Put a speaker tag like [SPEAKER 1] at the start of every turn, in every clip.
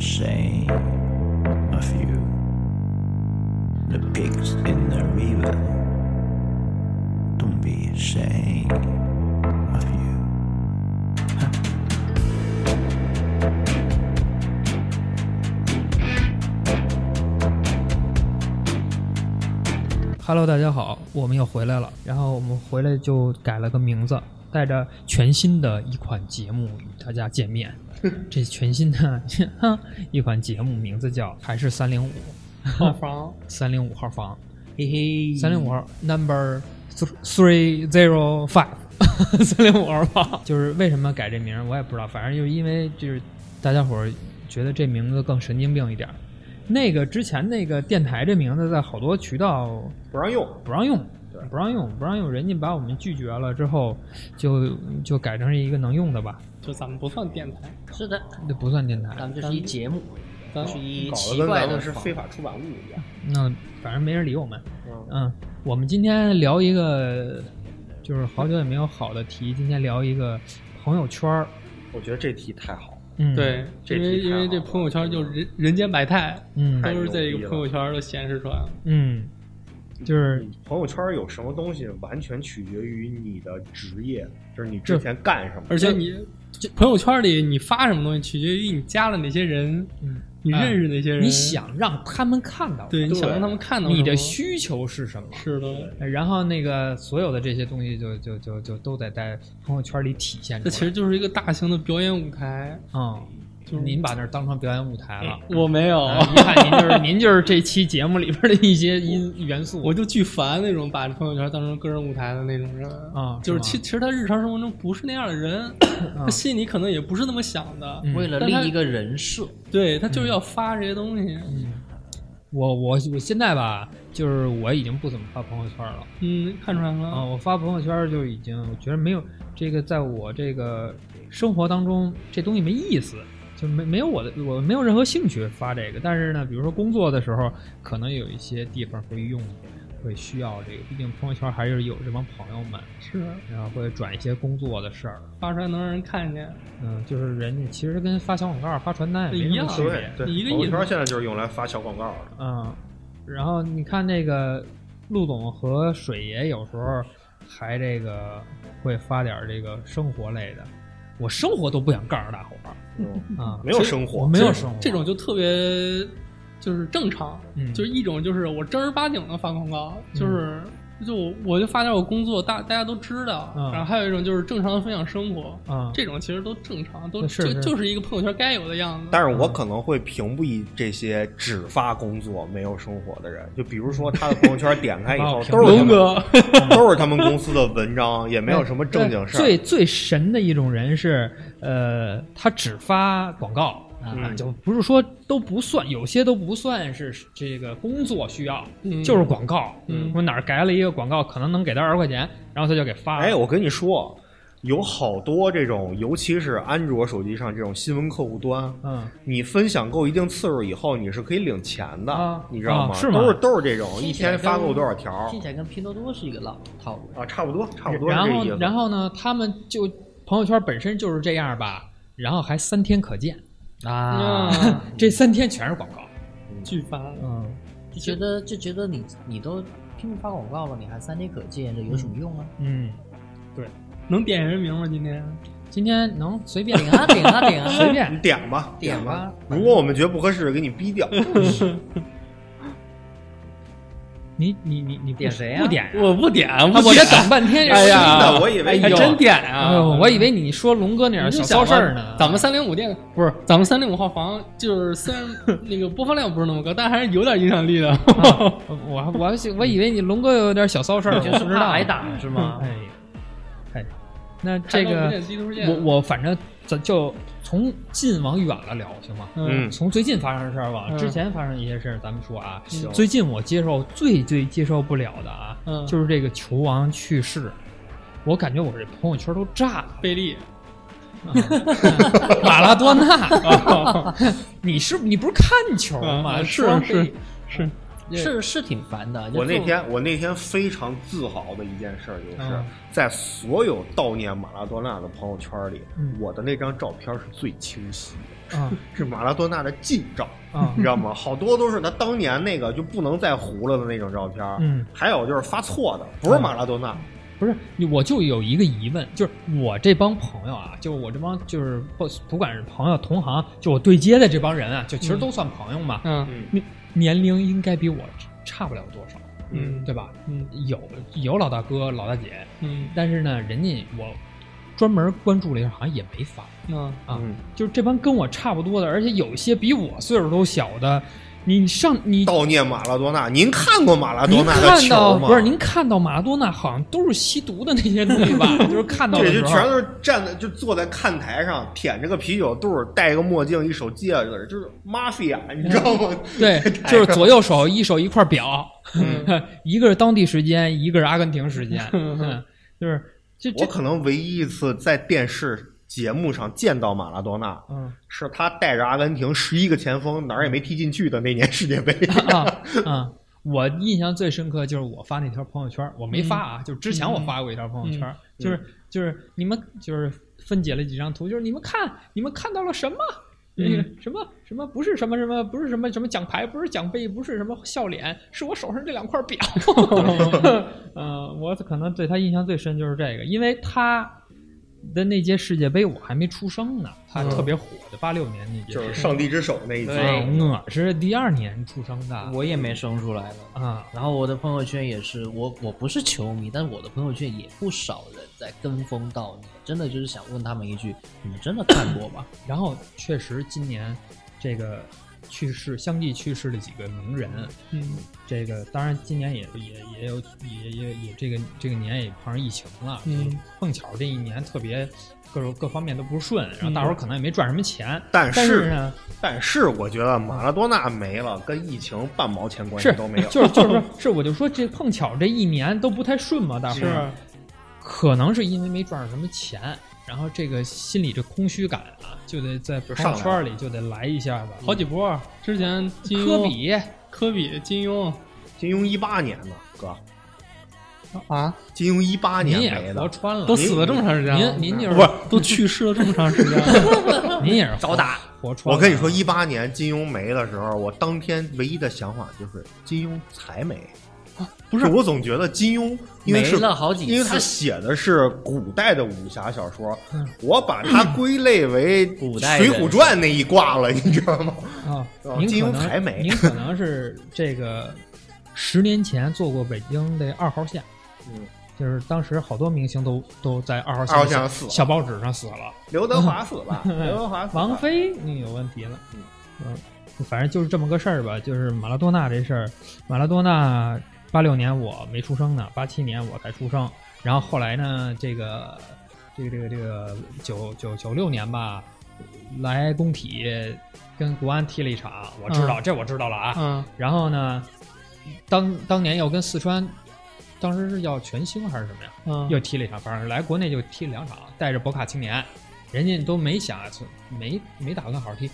[SPEAKER 1] say of you? The pigs in the river. Don't be ashamed of you.
[SPEAKER 2] 哈喽，大家好，我们又回来了。然后我们回来就改了个名字，带着全新的一款节目与大家见面。 这全新的一款节目名字叫还是三零五
[SPEAKER 3] 套房，
[SPEAKER 2] 三零五号房
[SPEAKER 3] 嘿嘿，
[SPEAKER 2] 三零五号 number three zero five 三零五号房。就是为什么改这名儿，我也不知道，反正就是因为就是大家伙儿觉得这名字更神经病一点儿。那个之前那个电台这名字在好多渠道
[SPEAKER 3] 不让用，
[SPEAKER 2] 不让用，不让用，不让用，人家把我们拒绝了之后，就就改成一个能用的吧，
[SPEAKER 3] 就咱们不算电台，
[SPEAKER 4] 是的，
[SPEAKER 3] 嗯
[SPEAKER 2] 那不算电
[SPEAKER 4] 咱
[SPEAKER 2] 台。
[SPEAKER 4] 们就是一节目，
[SPEAKER 3] 咱
[SPEAKER 4] 是
[SPEAKER 3] 搞
[SPEAKER 4] 一
[SPEAKER 3] 得
[SPEAKER 4] 奇
[SPEAKER 3] 跟
[SPEAKER 4] 怪
[SPEAKER 3] 咱
[SPEAKER 4] 的
[SPEAKER 3] 们是
[SPEAKER 4] 房
[SPEAKER 3] 非法出版物一样。
[SPEAKER 2] 那反正没人理我们。
[SPEAKER 3] 嗯
[SPEAKER 2] 嗯，我们今天聊一个，就是好久也没有好的题，今天聊一个朋友圈儿。
[SPEAKER 5] 我觉得这题太好了，
[SPEAKER 2] 嗯，，
[SPEAKER 3] 对，
[SPEAKER 5] 这
[SPEAKER 3] 因为
[SPEAKER 5] 题太
[SPEAKER 3] 因为
[SPEAKER 5] 好
[SPEAKER 3] 这
[SPEAKER 5] 了
[SPEAKER 3] 朋友圈就是人人间百态，
[SPEAKER 2] 嗯
[SPEAKER 3] 都是
[SPEAKER 5] 太
[SPEAKER 3] 在一
[SPEAKER 5] 牛
[SPEAKER 3] 个
[SPEAKER 5] 逼了
[SPEAKER 3] 朋友圈都显示出来了。
[SPEAKER 2] 嗯，就是
[SPEAKER 5] 朋友圈有什么东西完全取决于你的职业，就是你之前干什么。
[SPEAKER 3] 而且你朋友圈里你发什么东西，取决于你加了哪些人，
[SPEAKER 2] 嗯
[SPEAKER 3] 你
[SPEAKER 2] 啊
[SPEAKER 3] 认识哪些人，
[SPEAKER 2] 你，想让他们看到，
[SPEAKER 3] 对，你想让他们看到
[SPEAKER 2] 你的
[SPEAKER 3] 什
[SPEAKER 2] 需求是什么？
[SPEAKER 3] 么是的，
[SPEAKER 2] 然后那个所有的这些东西就就就就都得在朋友圈里体现出
[SPEAKER 3] 这
[SPEAKER 2] 来。
[SPEAKER 3] 其实就是一个大型的表演舞台。
[SPEAKER 2] 嗯，就是您把那儿当成表演舞台了。
[SPEAKER 3] 我没有，
[SPEAKER 2] 啊一看您就是您就是这期节目里边的一些因元素。
[SPEAKER 3] 我就巨烦那种把朋友圈当成个人舞台的那种人
[SPEAKER 2] 啊
[SPEAKER 3] 就是是
[SPEAKER 2] 吗
[SPEAKER 3] 其其实他日常生活中不是那样的人，他心里可能也不是那么想的，
[SPEAKER 2] 嗯
[SPEAKER 4] 为了
[SPEAKER 3] 但他
[SPEAKER 4] 立一个人设，
[SPEAKER 3] 对他就是要发这些东西，
[SPEAKER 2] 嗯我我我现在吧，就是我已经不怎么发朋友圈了
[SPEAKER 3] 嗯，看出来
[SPEAKER 2] 啊，
[SPEAKER 3] 了，
[SPEAKER 2] 我发朋友圈就已经我觉得没有这个，在我这个生活当中这东西没意思。就没没有我的，我没有任何兴趣发这个。但是呢，比如说工作的时候，可能有一些地方会用，会需要这个。毕竟朋友圈还是有这帮朋友们，
[SPEAKER 3] 是
[SPEAKER 2] 然后会转一些工作的事儿。
[SPEAKER 3] 发出来能让人看见，
[SPEAKER 2] 嗯，就是人家其实跟发小广告、发传单也没
[SPEAKER 3] 一
[SPEAKER 2] 什么
[SPEAKER 3] 样
[SPEAKER 2] 区别
[SPEAKER 5] 对。对，
[SPEAKER 3] 一个
[SPEAKER 5] 朋
[SPEAKER 3] 意
[SPEAKER 5] 友
[SPEAKER 3] 思
[SPEAKER 5] 圈现在就是用来发小广告的。
[SPEAKER 2] 嗯，然后你看那个陆总和水爷有时候还这个会发点儿这个生活类的，我生活都不想告诉大伙儿
[SPEAKER 3] 嗯
[SPEAKER 2] 啊，
[SPEAKER 5] 没有生活
[SPEAKER 2] 我没有生活
[SPEAKER 3] 这种就特别就是正常，
[SPEAKER 2] 嗯
[SPEAKER 3] 就是一种就是我正儿八经的发广告，就是。就我我就发点我工作，大大家都知道。
[SPEAKER 2] 嗯
[SPEAKER 3] 然后还有一种就是正常的分享生活，
[SPEAKER 2] 嗯
[SPEAKER 3] 这种其实都正常，都
[SPEAKER 2] 是是
[SPEAKER 3] 就就是一个朋友圈该有的样子。
[SPEAKER 5] 但是我可能会屏蔽这些只发工作没有生活的人，就比如说他的朋友圈点开以
[SPEAKER 2] 哦 屏
[SPEAKER 5] 后，
[SPEAKER 2] 蔽
[SPEAKER 5] 都是他
[SPEAKER 3] 龙
[SPEAKER 5] 们
[SPEAKER 3] 哥，
[SPEAKER 5] 都是他们公司的文章，也没有什么正经事儿。
[SPEAKER 2] 最最神的一种人是，呃，他只发广告。啊，
[SPEAKER 5] 嗯
[SPEAKER 2] 就不是说都不算，有些都不算是这个工作需要，
[SPEAKER 3] 嗯
[SPEAKER 2] 就是广告。
[SPEAKER 3] 嗯
[SPEAKER 2] 我哪儿改了一个广告，可能能给他二十块钱，然后他就给发了。
[SPEAKER 5] 哎，我跟你说，有好多这种，尤其是安卓手机上这种新闻客户端，
[SPEAKER 2] 嗯，
[SPEAKER 5] 你分享够一定次数以后，你是可以领钱的，
[SPEAKER 2] 啊
[SPEAKER 5] 你知道
[SPEAKER 2] 啊
[SPEAKER 5] 吗？
[SPEAKER 2] 是吗
[SPEAKER 5] 都是都是这种，一
[SPEAKER 4] 听起来
[SPEAKER 5] 天
[SPEAKER 4] 跟
[SPEAKER 5] 发够多少条
[SPEAKER 4] 听起来跟拼多多是一个老套路。
[SPEAKER 5] 啊？差不多，差不多是
[SPEAKER 2] 然
[SPEAKER 5] 这
[SPEAKER 2] 后
[SPEAKER 5] 意思。
[SPEAKER 2] 然后呢，他们就朋友圈本身就是这样吧，然后还三天可见，
[SPEAKER 3] 啊，
[SPEAKER 2] 这三天全是广告。
[SPEAKER 3] 巨烦。
[SPEAKER 2] 嗯
[SPEAKER 4] 就觉得就觉得你你都拼命发广告了，你还三天可见，这有什么用啊？
[SPEAKER 2] 嗯，
[SPEAKER 3] 能点人名吗？今天
[SPEAKER 2] 今天能随便
[SPEAKER 4] 顶啊顶
[SPEAKER 5] 嗯
[SPEAKER 4] 啊顶啊！
[SPEAKER 2] 随
[SPEAKER 5] 你
[SPEAKER 2] 便，
[SPEAKER 5] 点吧，
[SPEAKER 4] 点啊吧
[SPEAKER 5] 吧。如果我们觉得不合适，给你逼掉。
[SPEAKER 2] 嗯你你你你不
[SPEAKER 4] 点谁呀啊
[SPEAKER 2] 不点呀、
[SPEAKER 3] 我不点，
[SPEAKER 2] 啊我
[SPEAKER 3] 这
[SPEAKER 2] 这等半天。
[SPEAKER 3] 哎呀
[SPEAKER 5] 真的我以为
[SPEAKER 3] 还
[SPEAKER 5] 有
[SPEAKER 3] 真点
[SPEAKER 2] 哎
[SPEAKER 3] 啊！
[SPEAKER 2] 呦，我以为你说龙哥那点
[SPEAKER 3] 你
[SPEAKER 2] 小
[SPEAKER 3] 就
[SPEAKER 2] 骚
[SPEAKER 3] 想
[SPEAKER 2] 事
[SPEAKER 3] 吧
[SPEAKER 2] 儿呢。
[SPEAKER 3] 咱们三零五店不是，咱们三零五号房，就是虽然那个播放量不是那么高，但还是有点影响力的。
[SPEAKER 2] 啊 我还我还信我以为你龙哥有点小骚事儿，
[SPEAKER 4] 就
[SPEAKER 2] 我
[SPEAKER 4] 是
[SPEAKER 2] 不知道
[SPEAKER 4] 怕挨。打是吗？
[SPEAKER 2] 哎呀，哎，那这
[SPEAKER 3] 看到不
[SPEAKER 2] 个
[SPEAKER 3] 见低头见
[SPEAKER 2] 我我反正咱就从近往远了聊，行吗？
[SPEAKER 5] 嗯，
[SPEAKER 2] 从最近发生的事儿往
[SPEAKER 3] 嗯
[SPEAKER 2] 之前发生一些事儿，咱们说啊。
[SPEAKER 5] 行
[SPEAKER 2] 最近我接受最最接受不了的啊，
[SPEAKER 3] 嗯
[SPEAKER 2] 就是这个球王去世，我感觉我这朋友圈都炸了。
[SPEAKER 3] 贝利，
[SPEAKER 2] 马拉多纳， 啊你是你不是看球吗？
[SPEAKER 3] 嗯是
[SPEAKER 2] 球王贝利
[SPEAKER 3] 是
[SPEAKER 4] 是是挺烦的。就
[SPEAKER 5] 我那
[SPEAKER 4] 做
[SPEAKER 5] 天我那天非常自豪的一件事儿就是
[SPEAKER 2] 嗯，
[SPEAKER 5] 在所有悼念马拉多纳的朋友圈里
[SPEAKER 2] 嗯，
[SPEAKER 5] 我的那张照片是最清晰的。
[SPEAKER 2] 啊
[SPEAKER 5] 是马拉多纳的近照，
[SPEAKER 2] 啊
[SPEAKER 5] 你知道吗？好多都是他当年那个就不能再糊了的那种照片。
[SPEAKER 2] 嗯，
[SPEAKER 5] 还有就是发错的，不是马拉多纳，
[SPEAKER 2] 不是，你我就有一个疑问，就是我这帮朋友啊，就是我这帮就是不不管是朋友、同行，就我对接的这帮人啊，就其实都算朋友嘛，
[SPEAKER 3] 嗯
[SPEAKER 2] 年龄应该比我差不了多少，
[SPEAKER 3] 嗯
[SPEAKER 2] 对吧？
[SPEAKER 3] 嗯
[SPEAKER 2] 有有老大哥、老大姐，
[SPEAKER 3] 嗯
[SPEAKER 2] 但是呢，人家我专门关注了一下，好像也没发
[SPEAKER 3] 嗯
[SPEAKER 2] 啊。
[SPEAKER 5] 嗯
[SPEAKER 2] 就是这帮跟我差不多的，而且有一些比我岁数都小的，你上你
[SPEAKER 5] 悼念马拉多纳。您看过马拉多
[SPEAKER 2] 您
[SPEAKER 5] 纳的
[SPEAKER 2] 看到
[SPEAKER 5] 球吗？
[SPEAKER 2] 不是您看到马拉多纳好像都是吸毒的那些东西 吧？就是看到的
[SPEAKER 5] 对，
[SPEAKER 2] 时
[SPEAKER 5] 就
[SPEAKER 2] 候，
[SPEAKER 5] 全都是站在就坐在看台上，舔着个啤酒肚儿，戴个墨镜，一手戒指，就是 mafia，你知道吗？
[SPEAKER 2] 对， 就是左右手一手一块表，
[SPEAKER 5] 嗯
[SPEAKER 2] 一个是当地时间，一个是阿根廷时间，
[SPEAKER 3] 嗯
[SPEAKER 2] 嗯，就是这
[SPEAKER 5] 我
[SPEAKER 2] 这，
[SPEAKER 5] 可能唯一一次在电视节目上见到马拉多纳，
[SPEAKER 2] 嗯
[SPEAKER 5] 是他带着阿根廷十一个前锋哪儿也没踢进去的那年世界杯。
[SPEAKER 2] 啊啊！我印象最深刻就是我发那条朋友圈，我没
[SPEAKER 5] 嗯
[SPEAKER 2] 发啊，就之前我发过一条朋友圈，就是就是你们就是分解了几张图，就是你们看你们看到了什么？
[SPEAKER 3] 嗯
[SPEAKER 2] 那个什么什么不是什么什么不是什么什么奖牌，不是奖杯，不是什么笑脸，是我手上这两块表。嗯、我可能对他印象最深就是这个，因为他的那届世界杯我还没出生呢，他特别火的八六年那届世界
[SPEAKER 5] 就
[SPEAKER 2] 杯，
[SPEAKER 5] 是上帝之手那一次，
[SPEAKER 4] 对
[SPEAKER 2] 啊，我是第二年出生的，
[SPEAKER 4] 我也没生出来呢。
[SPEAKER 2] 啊，
[SPEAKER 4] 然后我的朋友圈也是，我我不是球迷，但我的朋友圈也不少人在跟风悼念，真的就是想问他们一句：你们真的看过
[SPEAKER 5] 嗯
[SPEAKER 4] 吗？
[SPEAKER 2] 然后确实今年这个去世相继去世的几个名人，
[SPEAKER 3] 嗯
[SPEAKER 2] 这个当然今年也也也有也也也这个这个年也碰上疫情了，
[SPEAKER 3] 嗯，
[SPEAKER 2] 碰巧这一年特别各种各方面都不顺，然后
[SPEAKER 3] 嗯
[SPEAKER 2] 大伙儿可能也没赚什么钱，
[SPEAKER 5] 但
[SPEAKER 2] 但
[SPEAKER 5] 是
[SPEAKER 2] 呢，
[SPEAKER 5] 但是我觉得马拉多纳没了，跟疫情半毛钱关系
[SPEAKER 2] 是
[SPEAKER 5] 都没有。
[SPEAKER 2] 就是就是说是我就说这碰巧这一年都不太顺嘛，大伙
[SPEAKER 5] 是
[SPEAKER 2] 儿
[SPEAKER 3] 啊
[SPEAKER 2] 可能是因为没赚上什么钱，然后这个心里这空虚感啊，就得在
[SPEAKER 5] 就
[SPEAKER 2] 朋
[SPEAKER 5] 上来
[SPEAKER 2] 友
[SPEAKER 5] 了嗯
[SPEAKER 2] 圈里就得来一下吧。
[SPEAKER 3] 好几波，之前金庸
[SPEAKER 2] 科比
[SPEAKER 3] 科比金庸
[SPEAKER 5] 金庸一八年呢，哥，
[SPEAKER 3] 啊，
[SPEAKER 5] 金庸一八
[SPEAKER 2] 您
[SPEAKER 5] 年没
[SPEAKER 2] 也
[SPEAKER 5] 的
[SPEAKER 2] 活，穿了，
[SPEAKER 3] 都死了这么嗯长时间了，
[SPEAKER 2] 您您就
[SPEAKER 5] 不是
[SPEAKER 2] 是
[SPEAKER 3] 都去世了这么长时间了，
[SPEAKER 2] 您也是早
[SPEAKER 5] 打。
[SPEAKER 2] 活穿了。
[SPEAKER 5] 我跟你说，一八年金庸没的时候，我当天唯一的想法就是金庸才没。
[SPEAKER 3] 不是
[SPEAKER 5] 就我总觉得金庸因为
[SPEAKER 4] 没
[SPEAKER 5] 是
[SPEAKER 4] 了好几次，
[SPEAKER 5] 因为他写的是古代的武侠小说
[SPEAKER 2] 嗯，
[SPEAKER 5] 我把它归类为
[SPEAKER 4] 古
[SPEAKER 5] 《
[SPEAKER 4] 代
[SPEAKER 5] 水
[SPEAKER 4] 人
[SPEAKER 5] 浒传》那一挂了，你知道吗？
[SPEAKER 2] 啊
[SPEAKER 5] 哦，
[SPEAKER 2] 您
[SPEAKER 5] 金
[SPEAKER 2] 可
[SPEAKER 5] 庸
[SPEAKER 2] 能
[SPEAKER 5] 才美
[SPEAKER 2] 您可能是这个十年前做过北京的二号线，
[SPEAKER 5] 嗯，
[SPEAKER 2] 就是当时好多明星都都在二号线
[SPEAKER 5] 二号线上死了
[SPEAKER 2] 小报纸上死了，
[SPEAKER 5] 刘德华死了，刘德华死了，
[SPEAKER 2] 王菲那有问题了
[SPEAKER 5] 嗯，
[SPEAKER 2] 嗯，反正就是这么个事儿吧。就是马拉多纳这事儿，马拉多纳八六年我没出生呢，八七年我才出生，然后后来呢，这个这个这个这个九九九六年吧，来工体跟国安踢了一场，我知道、这我知道了啊。
[SPEAKER 3] 嗯
[SPEAKER 2] 然后呢，当当年要跟四川，当时是要全兴还是什么呀？
[SPEAKER 3] 嗯，
[SPEAKER 2] 又踢了一场，反正来国内就踢了两场，带着博卡青年，人家都没想啊没没打算好好踢，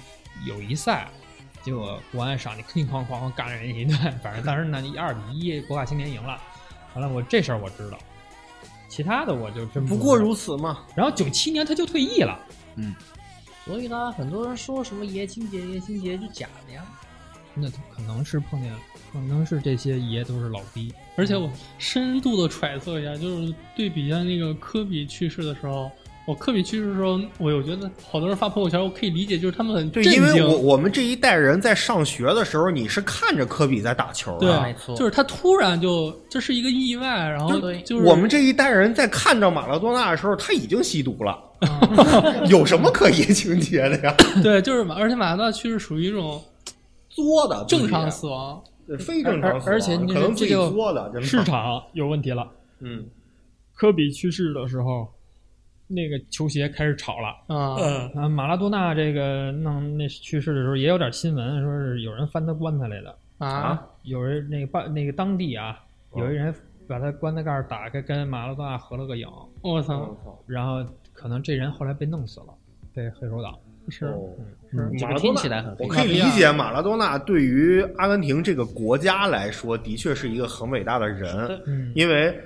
[SPEAKER 2] 有一赛，结果国安上去哐哐哐哐干人一顿，反正当时那一二比一，博卡青年赢了。完了，我这事儿我知道，其他的我就真
[SPEAKER 5] 不
[SPEAKER 2] 知道
[SPEAKER 5] 过如此嘛。
[SPEAKER 2] 然后九七年他就退役了，
[SPEAKER 4] 所以呢，很多人说什么爷青结爷青结就假的呀。
[SPEAKER 2] 那他可能是碰见，可能是这些爷都是老逼，
[SPEAKER 3] 而且我深度的揣测一下，就是对比一下那个科比去世的时候，我科比去世的时候，我有觉得好多人发朋友圈，我可以理解，就是他们很
[SPEAKER 5] 对，
[SPEAKER 3] 震
[SPEAKER 5] 因为
[SPEAKER 3] 惊
[SPEAKER 5] 我我们这一代人在上学的时候，你是看着科比在打球
[SPEAKER 3] 对
[SPEAKER 5] 的。
[SPEAKER 3] 啊
[SPEAKER 4] 没，错
[SPEAKER 3] 就是他突然就这是一个意外，然后
[SPEAKER 4] 对
[SPEAKER 3] 就是
[SPEAKER 5] 我们这一代人在看到马拉多纳的时候，他已经吸毒了， 有什么可爷情节的呀？
[SPEAKER 3] 对就是马而且马拉多去世属于一种
[SPEAKER 5] 作的啊
[SPEAKER 3] 正常死亡，
[SPEAKER 5] 对非正常死亡，
[SPEAKER 2] 而而且你
[SPEAKER 5] 可能自
[SPEAKER 2] 这
[SPEAKER 5] 己
[SPEAKER 2] 就
[SPEAKER 5] 作的，真的
[SPEAKER 2] 市场有问题了。
[SPEAKER 5] 嗯，
[SPEAKER 2] 科比去世的时候，那个球鞋开始炒了。
[SPEAKER 3] 啊，
[SPEAKER 2] 啊，马拉多纳这个弄那去世的时候也有点新闻，说是有人翻他棺材来的，
[SPEAKER 3] 啊，
[SPEAKER 2] 有人那个把那个当地啊，有一人把他棺材盖儿打开，跟马拉多纳合了个影，
[SPEAKER 3] 我
[SPEAKER 2] 嗯
[SPEAKER 3] 操
[SPEAKER 5] 我，操
[SPEAKER 2] 然后可能这人后来被弄死了，被黑手党。
[SPEAKER 3] 是
[SPEAKER 5] 哦
[SPEAKER 2] 嗯
[SPEAKER 4] 这
[SPEAKER 5] 马
[SPEAKER 4] 个
[SPEAKER 5] 拉多
[SPEAKER 4] 听
[SPEAKER 5] 纳
[SPEAKER 4] 起来很
[SPEAKER 5] 我
[SPEAKER 4] 黑
[SPEAKER 5] 可以理解马拉多纳对于阿根廷这个国家来说，的确是一个很伟大的人，
[SPEAKER 2] 嗯
[SPEAKER 5] 因为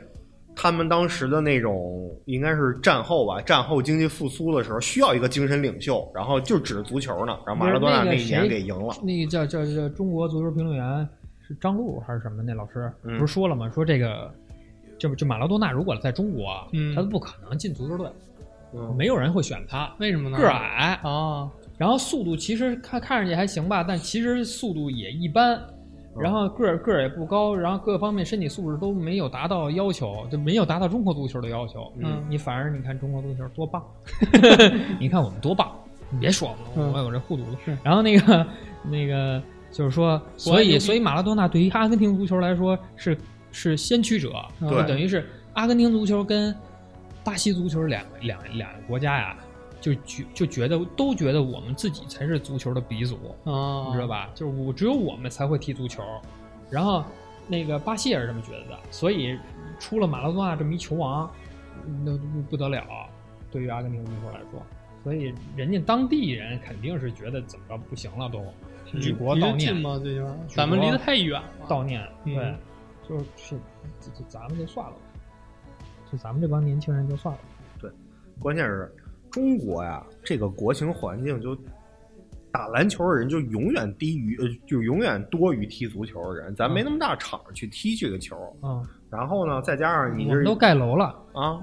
[SPEAKER 5] 他们当时的那种应该是战后吧，战后经济复苏的时候需要一个精神领袖，然后就指着足球呢，然后马拉多纳
[SPEAKER 2] 不是那个
[SPEAKER 5] 一年
[SPEAKER 2] 谁
[SPEAKER 5] 给赢了。
[SPEAKER 2] 那个叫叫叫中国足球评论员是张璐还是什么那老师，
[SPEAKER 5] 嗯
[SPEAKER 2] 不是说了吗？说这个就就马拉多纳如果在中国啊，
[SPEAKER 3] 嗯
[SPEAKER 2] 他都不可能进足球队，
[SPEAKER 5] 嗯
[SPEAKER 2] 没有人会选他，
[SPEAKER 3] 为什么呢？
[SPEAKER 2] 个儿矮，
[SPEAKER 3] 啊，
[SPEAKER 2] 然后速度其实看看上去还行吧，但其实速度也一般。
[SPEAKER 3] 嗯
[SPEAKER 2] 然后个儿个儿也不高，然后各方面身体素质都没有达到要求，就没有达到中国足球的要求。
[SPEAKER 3] 嗯
[SPEAKER 2] 你反而你看中国足球多 棒，你看我们多棒，你别说我们，
[SPEAKER 3] 嗯
[SPEAKER 2] 我有这护犊子。
[SPEAKER 3] 是
[SPEAKER 2] 然后那个那个就是说，所
[SPEAKER 3] 国外牛
[SPEAKER 2] 以
[SPEAKER 3] 逼
[SPEAKER 2] 所以马拉多纳对于阿根廷足球来说是是先驱者，
[SPEAKER 3] 对
[SPEAKER 2] 就等于是阿根廷足球跟巴西足球是两个两两个国家呀，就觉就觉得都觉得我们自己才是足球的鼻祖。
[SPEAKER 3] 啊，
[SPEAKER 2] 你知道？吧？就是我只有我们才会踢足球，然后那个巴西也是这么觉得的，所以出了马拉多纳这么一球王，那不得了，对于阿根廷足球来说，所以人家当地人肯定是觉得怎么着不行了都，举国
[SPEAKER 3] 嗯离
[SPEAKER 2] 悼
[SPEAKER 3] 得近
[SPEAKER 2] 念，
[SPEAKER 3] 吗？最起码咱们离得太远了。
[SPEAKER 2] 悼念，
[SPEAKER 3] 嗯
[SPEAKER 2] 对，就是就就咱们就算了吧，就咱们这帮年轻人就算了，
[SPEAKER 5] 关键是中国呀，这个国情环境就打篮球的人就永远低于，呃，就永远多于踢足球的人。咱没那么大场去踢这个球，
[SPEAKER 2] 嗯，
[SPEAKER 5] 然后呢，再加上你
[SPEAKER 2] 我
[SPEAKER 5] 这
[SPEAKER 2] 们都嗯盖楼了。
[SPEAKER 5] 啊，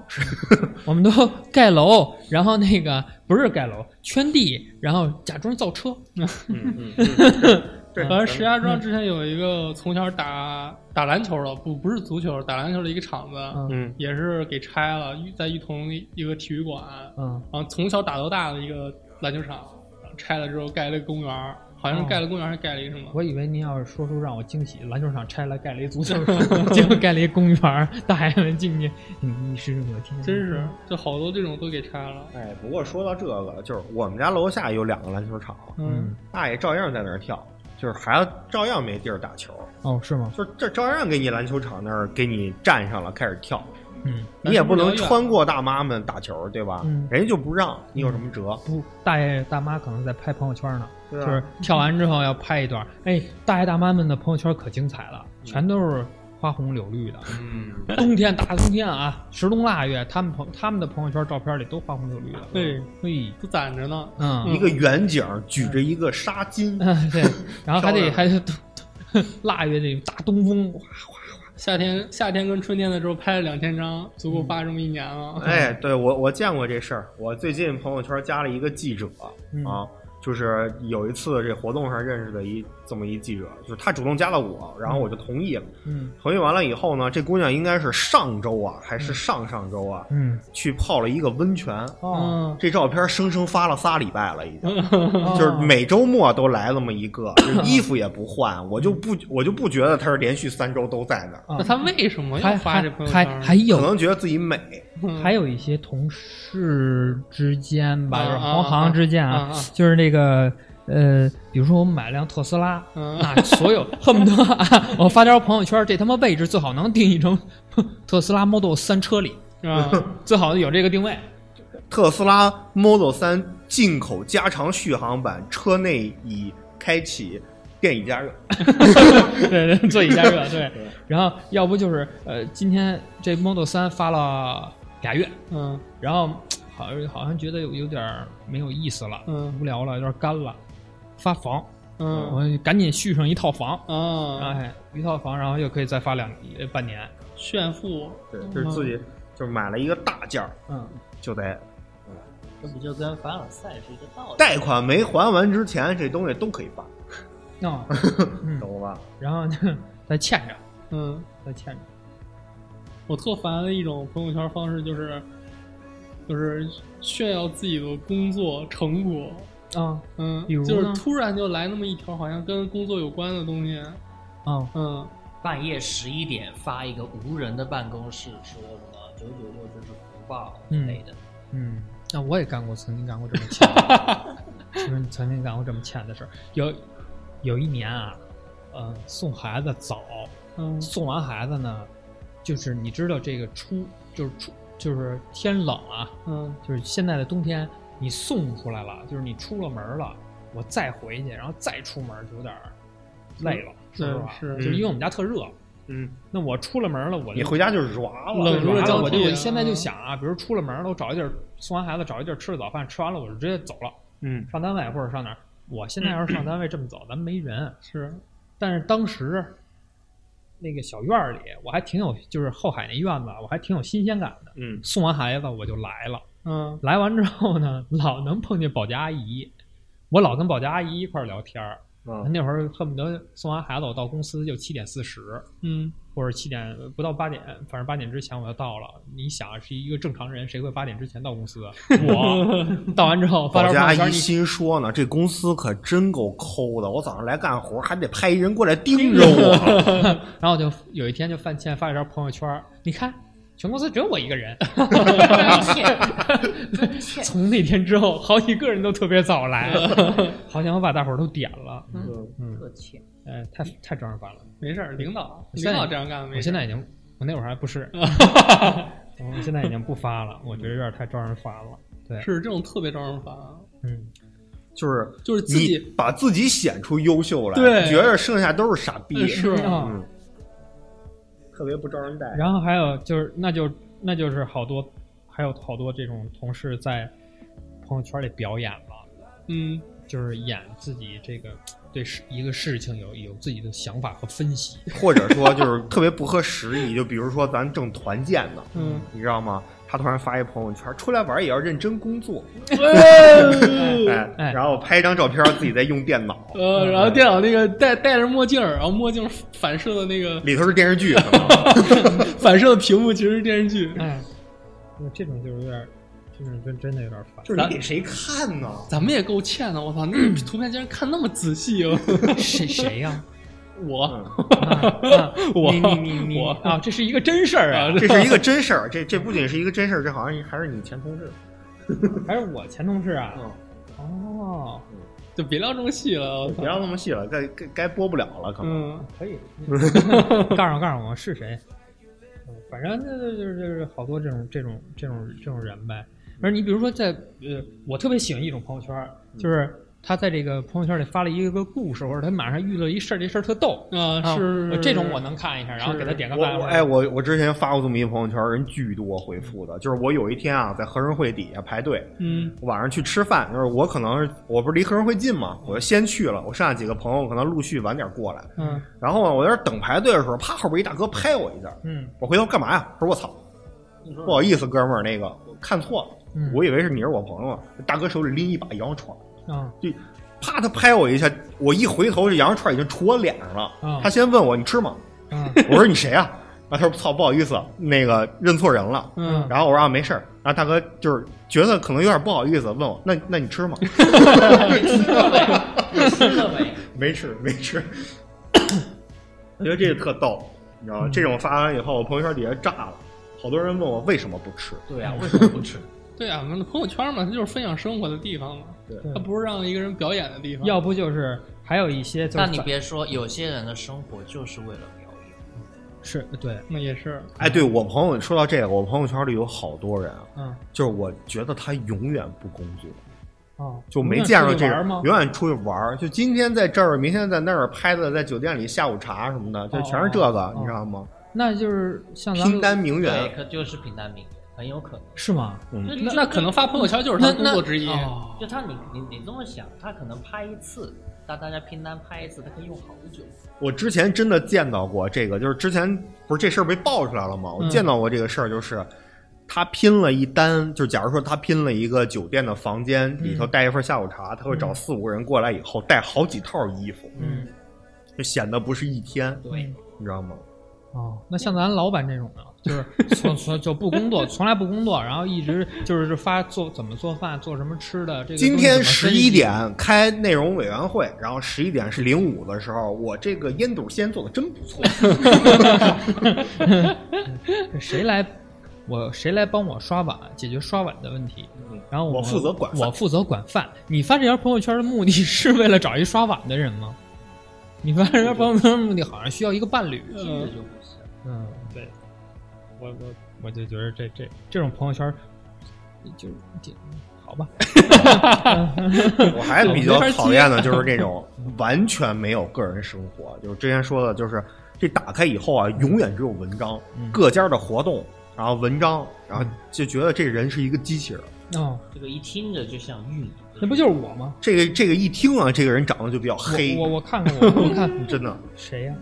[SPEAKER 2] 我们都盖楼，然后那个不是盖楼，圈地，然后假装造车，
[SPEAKER 5] 嗯嗯嗯，对，
[SPEAKER 3] 反正石家
[SPEAKER 2] 嗯
[SPEAKER 3] 庄之前有一个从小打打篮球的，不不是足球，打篮球的一个场子，
[SPEAKER 2] 嗯
[SPEAKER 5] 嗯
[SPEAKER 3] 也是给拆了，在玉桐一个体育馆，
[SPEAKER 2] 嗯，
[SPEAKER 3] 然后啊从小打到大的一个篮球场，拆了之后盖了个公园儿，好像是盖了公园儿还是盖了一个什么？
[SPEAKER 2] 哦我以为您要是说出让我惊喜，篮球场拆了盖了一足球 场，结果盖了一公园儿，大爷们进去， 你你是我天，
[SPEAKER 3] 真是，就好多这种都给拆了。嗯
[SPEAKER 5] 哎，不过说到这个，就是我们家楼下有两个篮球场，
[SPEAKER 3] 嗯，
[SPEAKER 5] 大爷照样在那儿跳，就是孩子照样没地儿打球，
[SPEAKER 2] 哦，是吗？
[SPEAKER 5] 就是这照样给你篮球场那儿给你站上了，开始跳。
[SPEAKER 2] 嗯，
[SPEAKER 5] 你也不能
[SPEAKER 3] 但是不
[SPEAKER 5] 穿过大妈们打球，对吧？
[SPEAKER 2] 嗯
[SPEAKER 5] 人家就不让你有什么辙？
[SPEAKER 2] 不，大爷大妈可能在拍朋友圈呢，
[SPEAKER 5] 就
[SPEAKER 2] 就是跳完之后要拍一段，哎，大爷大妈们的朋友圈可精彩了，全都是花红柳绿的，
[SPEAKER 5] 嗯，
[SPEAKER 2] 冬天大冬天啊，十冬腊月，他们朋他们的朋友圈照片里都花红柳绿的，
[SPEAKER 3] 对，
[SPEAKER 2] 嘿，
[SPEAKER 3] 都攒着呢。
[SPEAKER 2] 嗯，
[SPEAKER 5] 一个远景举着一个纱巾，
[SPEAKER 2] 嗯，对，然后还
[SPEAKER 5] 漂
[SPEAKER 2] 得
[SPEAKER 5] 亮
[SPEAKER 2] 还得 腊月这大东风，哇，
[SPEAKER 3] 夏天夏天跟春天的时候拍了两千张，足够发这么一年了。
[SPEAKER 2] 嗯
[SPEAKER 5] 哎，对我我见过这事儿。我最近朋友圈加了一个记者、
[SPEAKER 2] 嗯
[SPEAKER 5] 啊，就是有一次这活动上认识的一这么一记者，就是他主动加了我，然后我就同意了。
[SPEAKER 2] 嗯
[SPEAKER 5] 同意完了以后呢，这姑娘应该是上周啊，还是上上周啊，
[SPEAKER 2] 嗯，
[SPEAKER 5] 去泡了一个温泉。
[SPEAKER 2] 哦，
[SPEAKER 3] 嗯，
[SPEAKER 5] 这照片生生发了仨礼拜了，已经。
[SPEAKER 2] 哦
[SPEAKER 5] 就是每周末都来这么一个，就是衣服也不换，我就不我就不觉得他是连续三周都在那儿，
[SPEAKER 2] 啊
[SPEAKER 3] 那他为什么
[SPEAKER 2] 还
[SPEAKER 3] 要发
[SPEAKER 2] 还
[SPEAKER 3] 这朋友圈
[SPEAKER 2] 还
[SPEAKER 3] 呢？
[SPEAKER 2] 还
[SPEAKER 5] 可
[SPEAKER 2] 有
[SPEAKER 5] 能觉得自己美。
[SPEAKER 3] 嗯
[SPEAKER 2] 还有一些同事之间吧，
[SPEAKER 3] 啊
[SPEAKER 2] 就是
[SPEAKER 3] 啊
[SPEAKER 2] 同行之间
[SPEAKER 3] 啊啊啊
[SPEAKER 2] 就是那个呃，比如说我买辆特斯拉，
[SPEAKER 3] 嗯
[SPEAKER 2] 那所有 恨不得啊，我发条朋友圈，这他妈位置最好能定义成 哼特斯拉 Model 三车里，
[SPEAKER 3] 是吧？
[SPEAKER 2] 最好有这个 定位。
[SPEAKER 5] 特斯拉 Model 3进口加长续航版车内已开启电椅加热，
[SPEAKER 2] 对对，座椅加热对。然后要不就是呃，今天这 Model 三发了俩月，
[SPEAKER 3] 嗯
[SPEAKER 2] 然后好像好像觉得有有点儿没有意思了，
[SPEAKER 3] 嗯
[SPEAKER 2] 无聊了，有点干了，发房，
[SPEAKER 3] 嗯
[SPEAKER 2] 我赶紧续上一套房，
[SPEAKER 3] 啊，
[SPEAKER 2] 哎，一套房，然后又可以再发两呃半年，
[SPEAKER 3] 炫富
[SPEAKER 5] 对，就是
[SPEAKER 3] 嗯
[SPEAKER 5] 自己就是买了一个大件儿，
[SPEAKER 2] 嗯，
[SPEAKER 5] 就得
[SPEAKER 4] 这不就跟凡尔赛是一个道理？
[SPEAKER 5] 贷款没还完之前，这东西都可以办，
[SPEAKER 2] 那嗯，
[SPEAKER 5] 懂吧？
[SPEAKER 2] 然后呢再欠着，
[SPEAKER 3] 嗯。
[SPEAKER 2] 再欠着，
[SPEAKER 3] 我特烦的一种朋友圈方式就是，就是炫耀自己的工作成果，
[SPEAKER 2] 啊
[SPEAKER 3] 嗯，
[SPEAKER 2] 比如呢
[SPEAKER 3] 就是突然就来那么一条好像跟工作有关的东西，
[SPEAKER 2] 啊
[SPEAKER 3] 嗯，
[SPEAKER 4] 半夜十一点发一个无人的办公室，说什么九九六就是福报之类的，
[SPEAKER 2] 嗯，那我也干过，曾经干过这么欠的，曾曾经干过这么欠的事儿，有有一年啊，嗯、送孩子早，
[SPEAKER 3] 嗯
[SPEAKER 2] 送完孩子呢，就是你知道这个出就是出就是天冷啊，
[SPEAKER 3] 嗯
[SPEAKER 2] 就是现在的冬天，你送出来了，就是你出了门了，我再回去，然后再出门就有点儿累了，
[SPEAKER 3] 对
[SPEAKER 2] 是吧？
[SPEAKER 3] 嗯是
[SPEAKER 2] 就是因为我们家特热，
[SPEAKER 5] 嗯，
[SPEAKER 2] 那我出了门了，我就
[SPEAKER 5] 你回家就是抓了，
[SPEAKER 3] 冷
[SPEAKER 2] 冷
[SPEAKER 3] 如
[SPEAKER 2] 住
[SPEAKER 3] 了
[SPEAKER 2] 了，
[SPEAKER 3] 交
[SPEAKER 2] 我
[SPEAKER 3] 替
[SPEAKER 2] 就
[SPEAKER 3] 啊
[SPEAKER 2] 现在就想啊，比如出了门了，我找一地儿送完孩子，找一地儿吃了早饭，吃完了我就直接走了，
[SPEAKER 5] 嗯，
[SPEAKER 2] 上单位或者上哪儿。我现在要是上单位这么走，咱们没人。
[SPEAKER 3] 是
[SPEAKER 2] 但是当时那个小院儿里，我还挺有，就是后海那院子啊，我还挺有新鲜感的。
[SPEAKER 5] 嗯，
[SPEAKER 2] 送完孩子我就来了，
[SPEAKER 3] 嗯
[SPEAKER 2] 来完之后呢，老能碰见保洁阿姨，我老跟保洁阿姨一块儿聊天儿。
[SPEAKER 5] 啊，
[SPEAKER 2] 那会儿恨不得送完孩子我到公司就七点四十，
[SPEAKER 3] 嗯
[SPEAKER 2] 或者七点呃不到八点，反正八点之前我就到了。你想，是一个正常人，谁会八点之前到公司啊？我到完之后发
[SPEAKER 5] 保
[SPEAKER 2] 条
[SPEAKER 5] 洁
[SPEAKER 2] 朋
[SPEAKER 5] 阿
[SPEAKER 2] 友圈，
[SPEAKER 5] 姨
[SPEAKER 2] 你
[SPEAKER 5] 心说呢，这公司可真够抠的，我早上来干活还得派一人过来盯着我，
[SPEAKER 2] 然后我就有一天就犯欠发一条朋友圈，你看。全公司只有我一个人， 从那天之后，好几个人都特别早来，好像我把大伙儿都点了，
[SPEAKER 6] 特欠。
[SPEAKER 3] 呃
[SPEAKER 2] 哎，太太招人烦了。
[SPEAKER 3] 没事儿，领导
[SPEAKER 2] 我现
[SPEAKER 3] 领
[SPEAKER 2] 在
[SPEAKER 3] 导这样干没
[SPEAKER 2] 我
[SPEAKER 3] 事
[SPEAKER 2] 现
[SPEAKER 3] 儿。
[SPEAKER 2] 在已经，我那会儿还不 是，我现在已经不发了，我觉得有点太招人烦了。在
[SPEAKER 3] 是这种特别招人烦啊，
[SPEAKER 2] 嗯，
[SPEAKER 5] 就是
[SPEAKER 3] 就是自
[SPEAKER 5] 你
[SPEAKER 3] 己
[SPEAKER 5] 把自己显出优秀来，
[SPEAKER 3] 对
[SPEAKER 5] 觉着剩下都是傻逼，
[SPEAKER 3] 是
[SPEAKER 2] 啊
[SPEAKER 5] 嗯，特别不招人待见。
[SPEAKER 2] 然后还有就是，那就那就是好多，还有好多这种同事在朋友圈里表演了，
[SPEAKER 3] 嗯
[SPEAKER 2] 就是演自己这个对事一个事情有有自己的想法和分析。
[SPEAKER 5] 或者说就是特别不合时宜，就比如说咱正团建呢，
[SPEAKER 3] 嗯，
[SPEAKER 5] 你知道吗？他突然发一朋友圈，出来玩也要认真工作，哎，
[SPEAKER 2] 哎
[SPEAKER 5] 然后拍一张照片，自己在用电脑，
[SPEAKER 3] 呃，
[SPEAKER 2] 嗯
[SPEAKER 3] 然后电脑那个戴戴着墨镜儿，然后墨镜反射的那个
[SPEAKER 5] 里头是电视剧，可 能
[SPEAKER 3] 反射的屏幕其实是电视剧。
[SPEAKER 2] 哎，那这种就是有点，这种真真的有点烦。
[SPEAKER 5] 就是你给谁看呢？
[SPEAKER 3] 咱们也够欠的，我操！那个图片竟然看那么仔 细哦！
[SPEAKER 2] 谁谁 呀、
[SPEAKER 3] 我
[SPEAKER 5] 嗯
[SPEAKER 2] 啊
[SPEAKER 3] 我
[SPEAKER 2] 你你你你
[SPEAKER 3] 我
[SPEAKER 2] 啊，这是一个真事儿 啊，
[SPEAKER 5] 这是一个真事儿，这这不仅是一个真事儿，这好像还是你前同事。
[SPEAKER 2] 还是我前同事啊。
[SPEAKER 5] 嗯，
[SPEAKER 2] 哦，
[SPEAKER 3] 就别聊这么细了，我
[SPEAKER 5] 别
[SPEAKER 3] 操！
[SPEAKER 5] 聊那么细了，该该该播不了了，可能。
[SPEAKER 3] 嗯，
[SPEAKER 2] 可以， 告诉我告诉我是谁。嗯反正就是就是就是好多这种这种这种这种人呗。而你比如说在呃，我特别喜欢一种朋友圈儿，就是他在这个朋友圈里发了一个故事，或者他马上遇到一事儿，这事儿特逗。
[SPEAKER 3] 啊，
[SPEAKER 2] 啊
[SPEAKER 3] 是
[SPEAKER 2] 这种我能看一下，然后给他点个
[SPEAKER 5] 我
[SPEAKER 2] 赞。
[SPEAKER 5] 我哎，我我之前发过这么一朋友圈，人巨多回复的，就是我有一天啊，在和仁会底下排队，
[SPEAKER 3] 嗯
[SPEAKER 5] 晚上去吃饭，就是我可能是我不是离和仁会近嘛，我就先去了。我剩下几个朋友可能陆续晚点过来，
[SPEAKER 3] 嗯，
[SPEAKER 5] 然后啊我在这等排队的时候，啪，后边一大哥拍我一下，
[SPEAKER 2] 嗯，
[SPEAKER 5] 我回头干嘛呀？我说我操，不好意思，哥们儿，那个我看错
[SPEAKER 2] 嗯
[SPEAKER 5] 了，我以为是你是我朋友啊。大哥手里拎一把羊肉串儿，
[SPEAKER 2] 啊
[SPEAKER 5] 就啪，他拍我一下，我一回头，这羊肉串儿已经杵我脸上了。
[SPEAKER 2] 啊
[SPEAKER 5] 他先问我你吃吗？
[SPEAKER 2] 啊
[SPEAKER 5] 我说你谁啊？然后他说操，不好意思，啊那个认错人了。
[SPEAKER 2] 嗯
[SPEAKER 5] 然后我说啊没事儿，然后大哥就是觉得可能有点不好意思，问我那那你吃吗？ 没吃没吃， 我觉得这个特逗，你知道吗？这种发完以后，我朋友圈底下炸了，好多人问我为什么不吃，
[SPEAKER 4] 对啊，为什么不 吃？
[SPEAKER 3] 对啊，我们的朋友圈嘛，它就是分享生活的地方嘛，它
[SPEAKER 2] 对，
[SPEAKER 3] 不是让一个人表演的地方。
[SPEAKER 2] 要不就是还有一些就是
[SPEAKER 4] 但你别说，有些人的生活就是为了表演。
[SPEAKER 2] 是对，
[SPEAKER 3] 那也是，
[SPEAKER 5] 哎，对我朋友说到这个，我朋友圈里有好多人啊，
[SPEAKER 2] 嗯
[SPEAKER 5] 就是我觉得他永远不工作，
[SPEAKER 2] 哦，
[SPEAKER 5] 就没见着
[SPEAKER 2] 出去
[SPEAKER 5] 这
[SPEAKER 2] 玩吗
[SPEAKER 5] 种？永远出去玩儿，就今天在这儿，明天在那儿拍的，在酒店里下午茶什么的，就全是这个，你知道吗？
[SPEAKER 2] 哦那就是像咱
[SPEAKER 5] 拼
[SPEAKER 2] 们
[SPEAKER 5] 单名
[SPEAKER 4] 对，
[SPEAKER 5] 媛，啊
[SPEAKER 4] 可就是平淡名媛，很有可能。
[SPEAKER 2] 是吗？
[SPEAKER 5] 嗯，
[SPEAKER 4] 就
[SPEAKER 3] 那可能发朋友圈就是他
[SPEAKER 4] 那
[SPEAKER 3] 的工作之一。
[SPEAKER 2] 哦
[SPEAKER 4] 就他你你你这么想，他可能拍一次，但大家拼单拍一次，他可以用好久。
[SPEAKER 5] 我之前真的见到过这个，就是之前不是这事儿被爆出来了
[SPEAKER 2] 嗯
[SPEAKER 5] 吗？我见到过这个事儿，就是他拼了一单，就假如说他拼了一个酒店的房间里
[SPEAKER 2] 嗯
[SPEAKER 5] 头带一份下午茶，他会找四五个人过来以后带好几套衣服，
[SPEAKER 2] 嗯，
[SPEAKER 5] 就显得不是一天，
[SPEAKER 4] 对，
[SPEAKER 5] 你知道吗？
[SPEAKER 2] 哦，那像咱老板这种呢，就是从从就不工作，从来不工作，然后一直就是发做怎么做饭，做什么吃的。这个
[SPEAKER 5] 今天十一
[SPEAKER 2] 点，
[SPEAKER 5] 点开内容委员会，然后十一点是零五的时候，我这个烟斗鲜做的真不 错，
[SPEAKER 2] 谁来我谁来帮我刷碗，解决刷碗的问题。然后
[SPEAKER 5] 嗯我负责管饭
[SPEAKER 2] 我负责管饭。你发这条朋友圈的目的是为了找一刷碗的人吗？你发这条朋友圈的目的好像需要一个伴侣。
[SPEAKER 4] 这
[SPEAKER 3] 嗯，
[SPEAKER 4] 就不是。
[SPEAKER 2] 嗯，对，我我我就觉得这这这种朋友圈就就好 吧。
[SPEAKER 5] 我还比较讨厌的就是这种完全没有个人生活，就是之前说的，就是这打开以后啊，永远只有文章，
[SPEAKER 2] 嗯
[SPEAKER 5] 各家的活动，然后文章，然后就觉得这人是一个机器人。
[SPEAKER 2] 哦，
[SPEAKER 4] 这个一听着就像运营，
[SPEAKER 2] 那不就是我吗？
[SPEAKER 5] 这个这个一听啊，这个人长得就比较黑
[SPEAKER 2] 我，我我看看我我看
[SPEAKER 5] 真的。
[SPEAKER 2] 谁呀、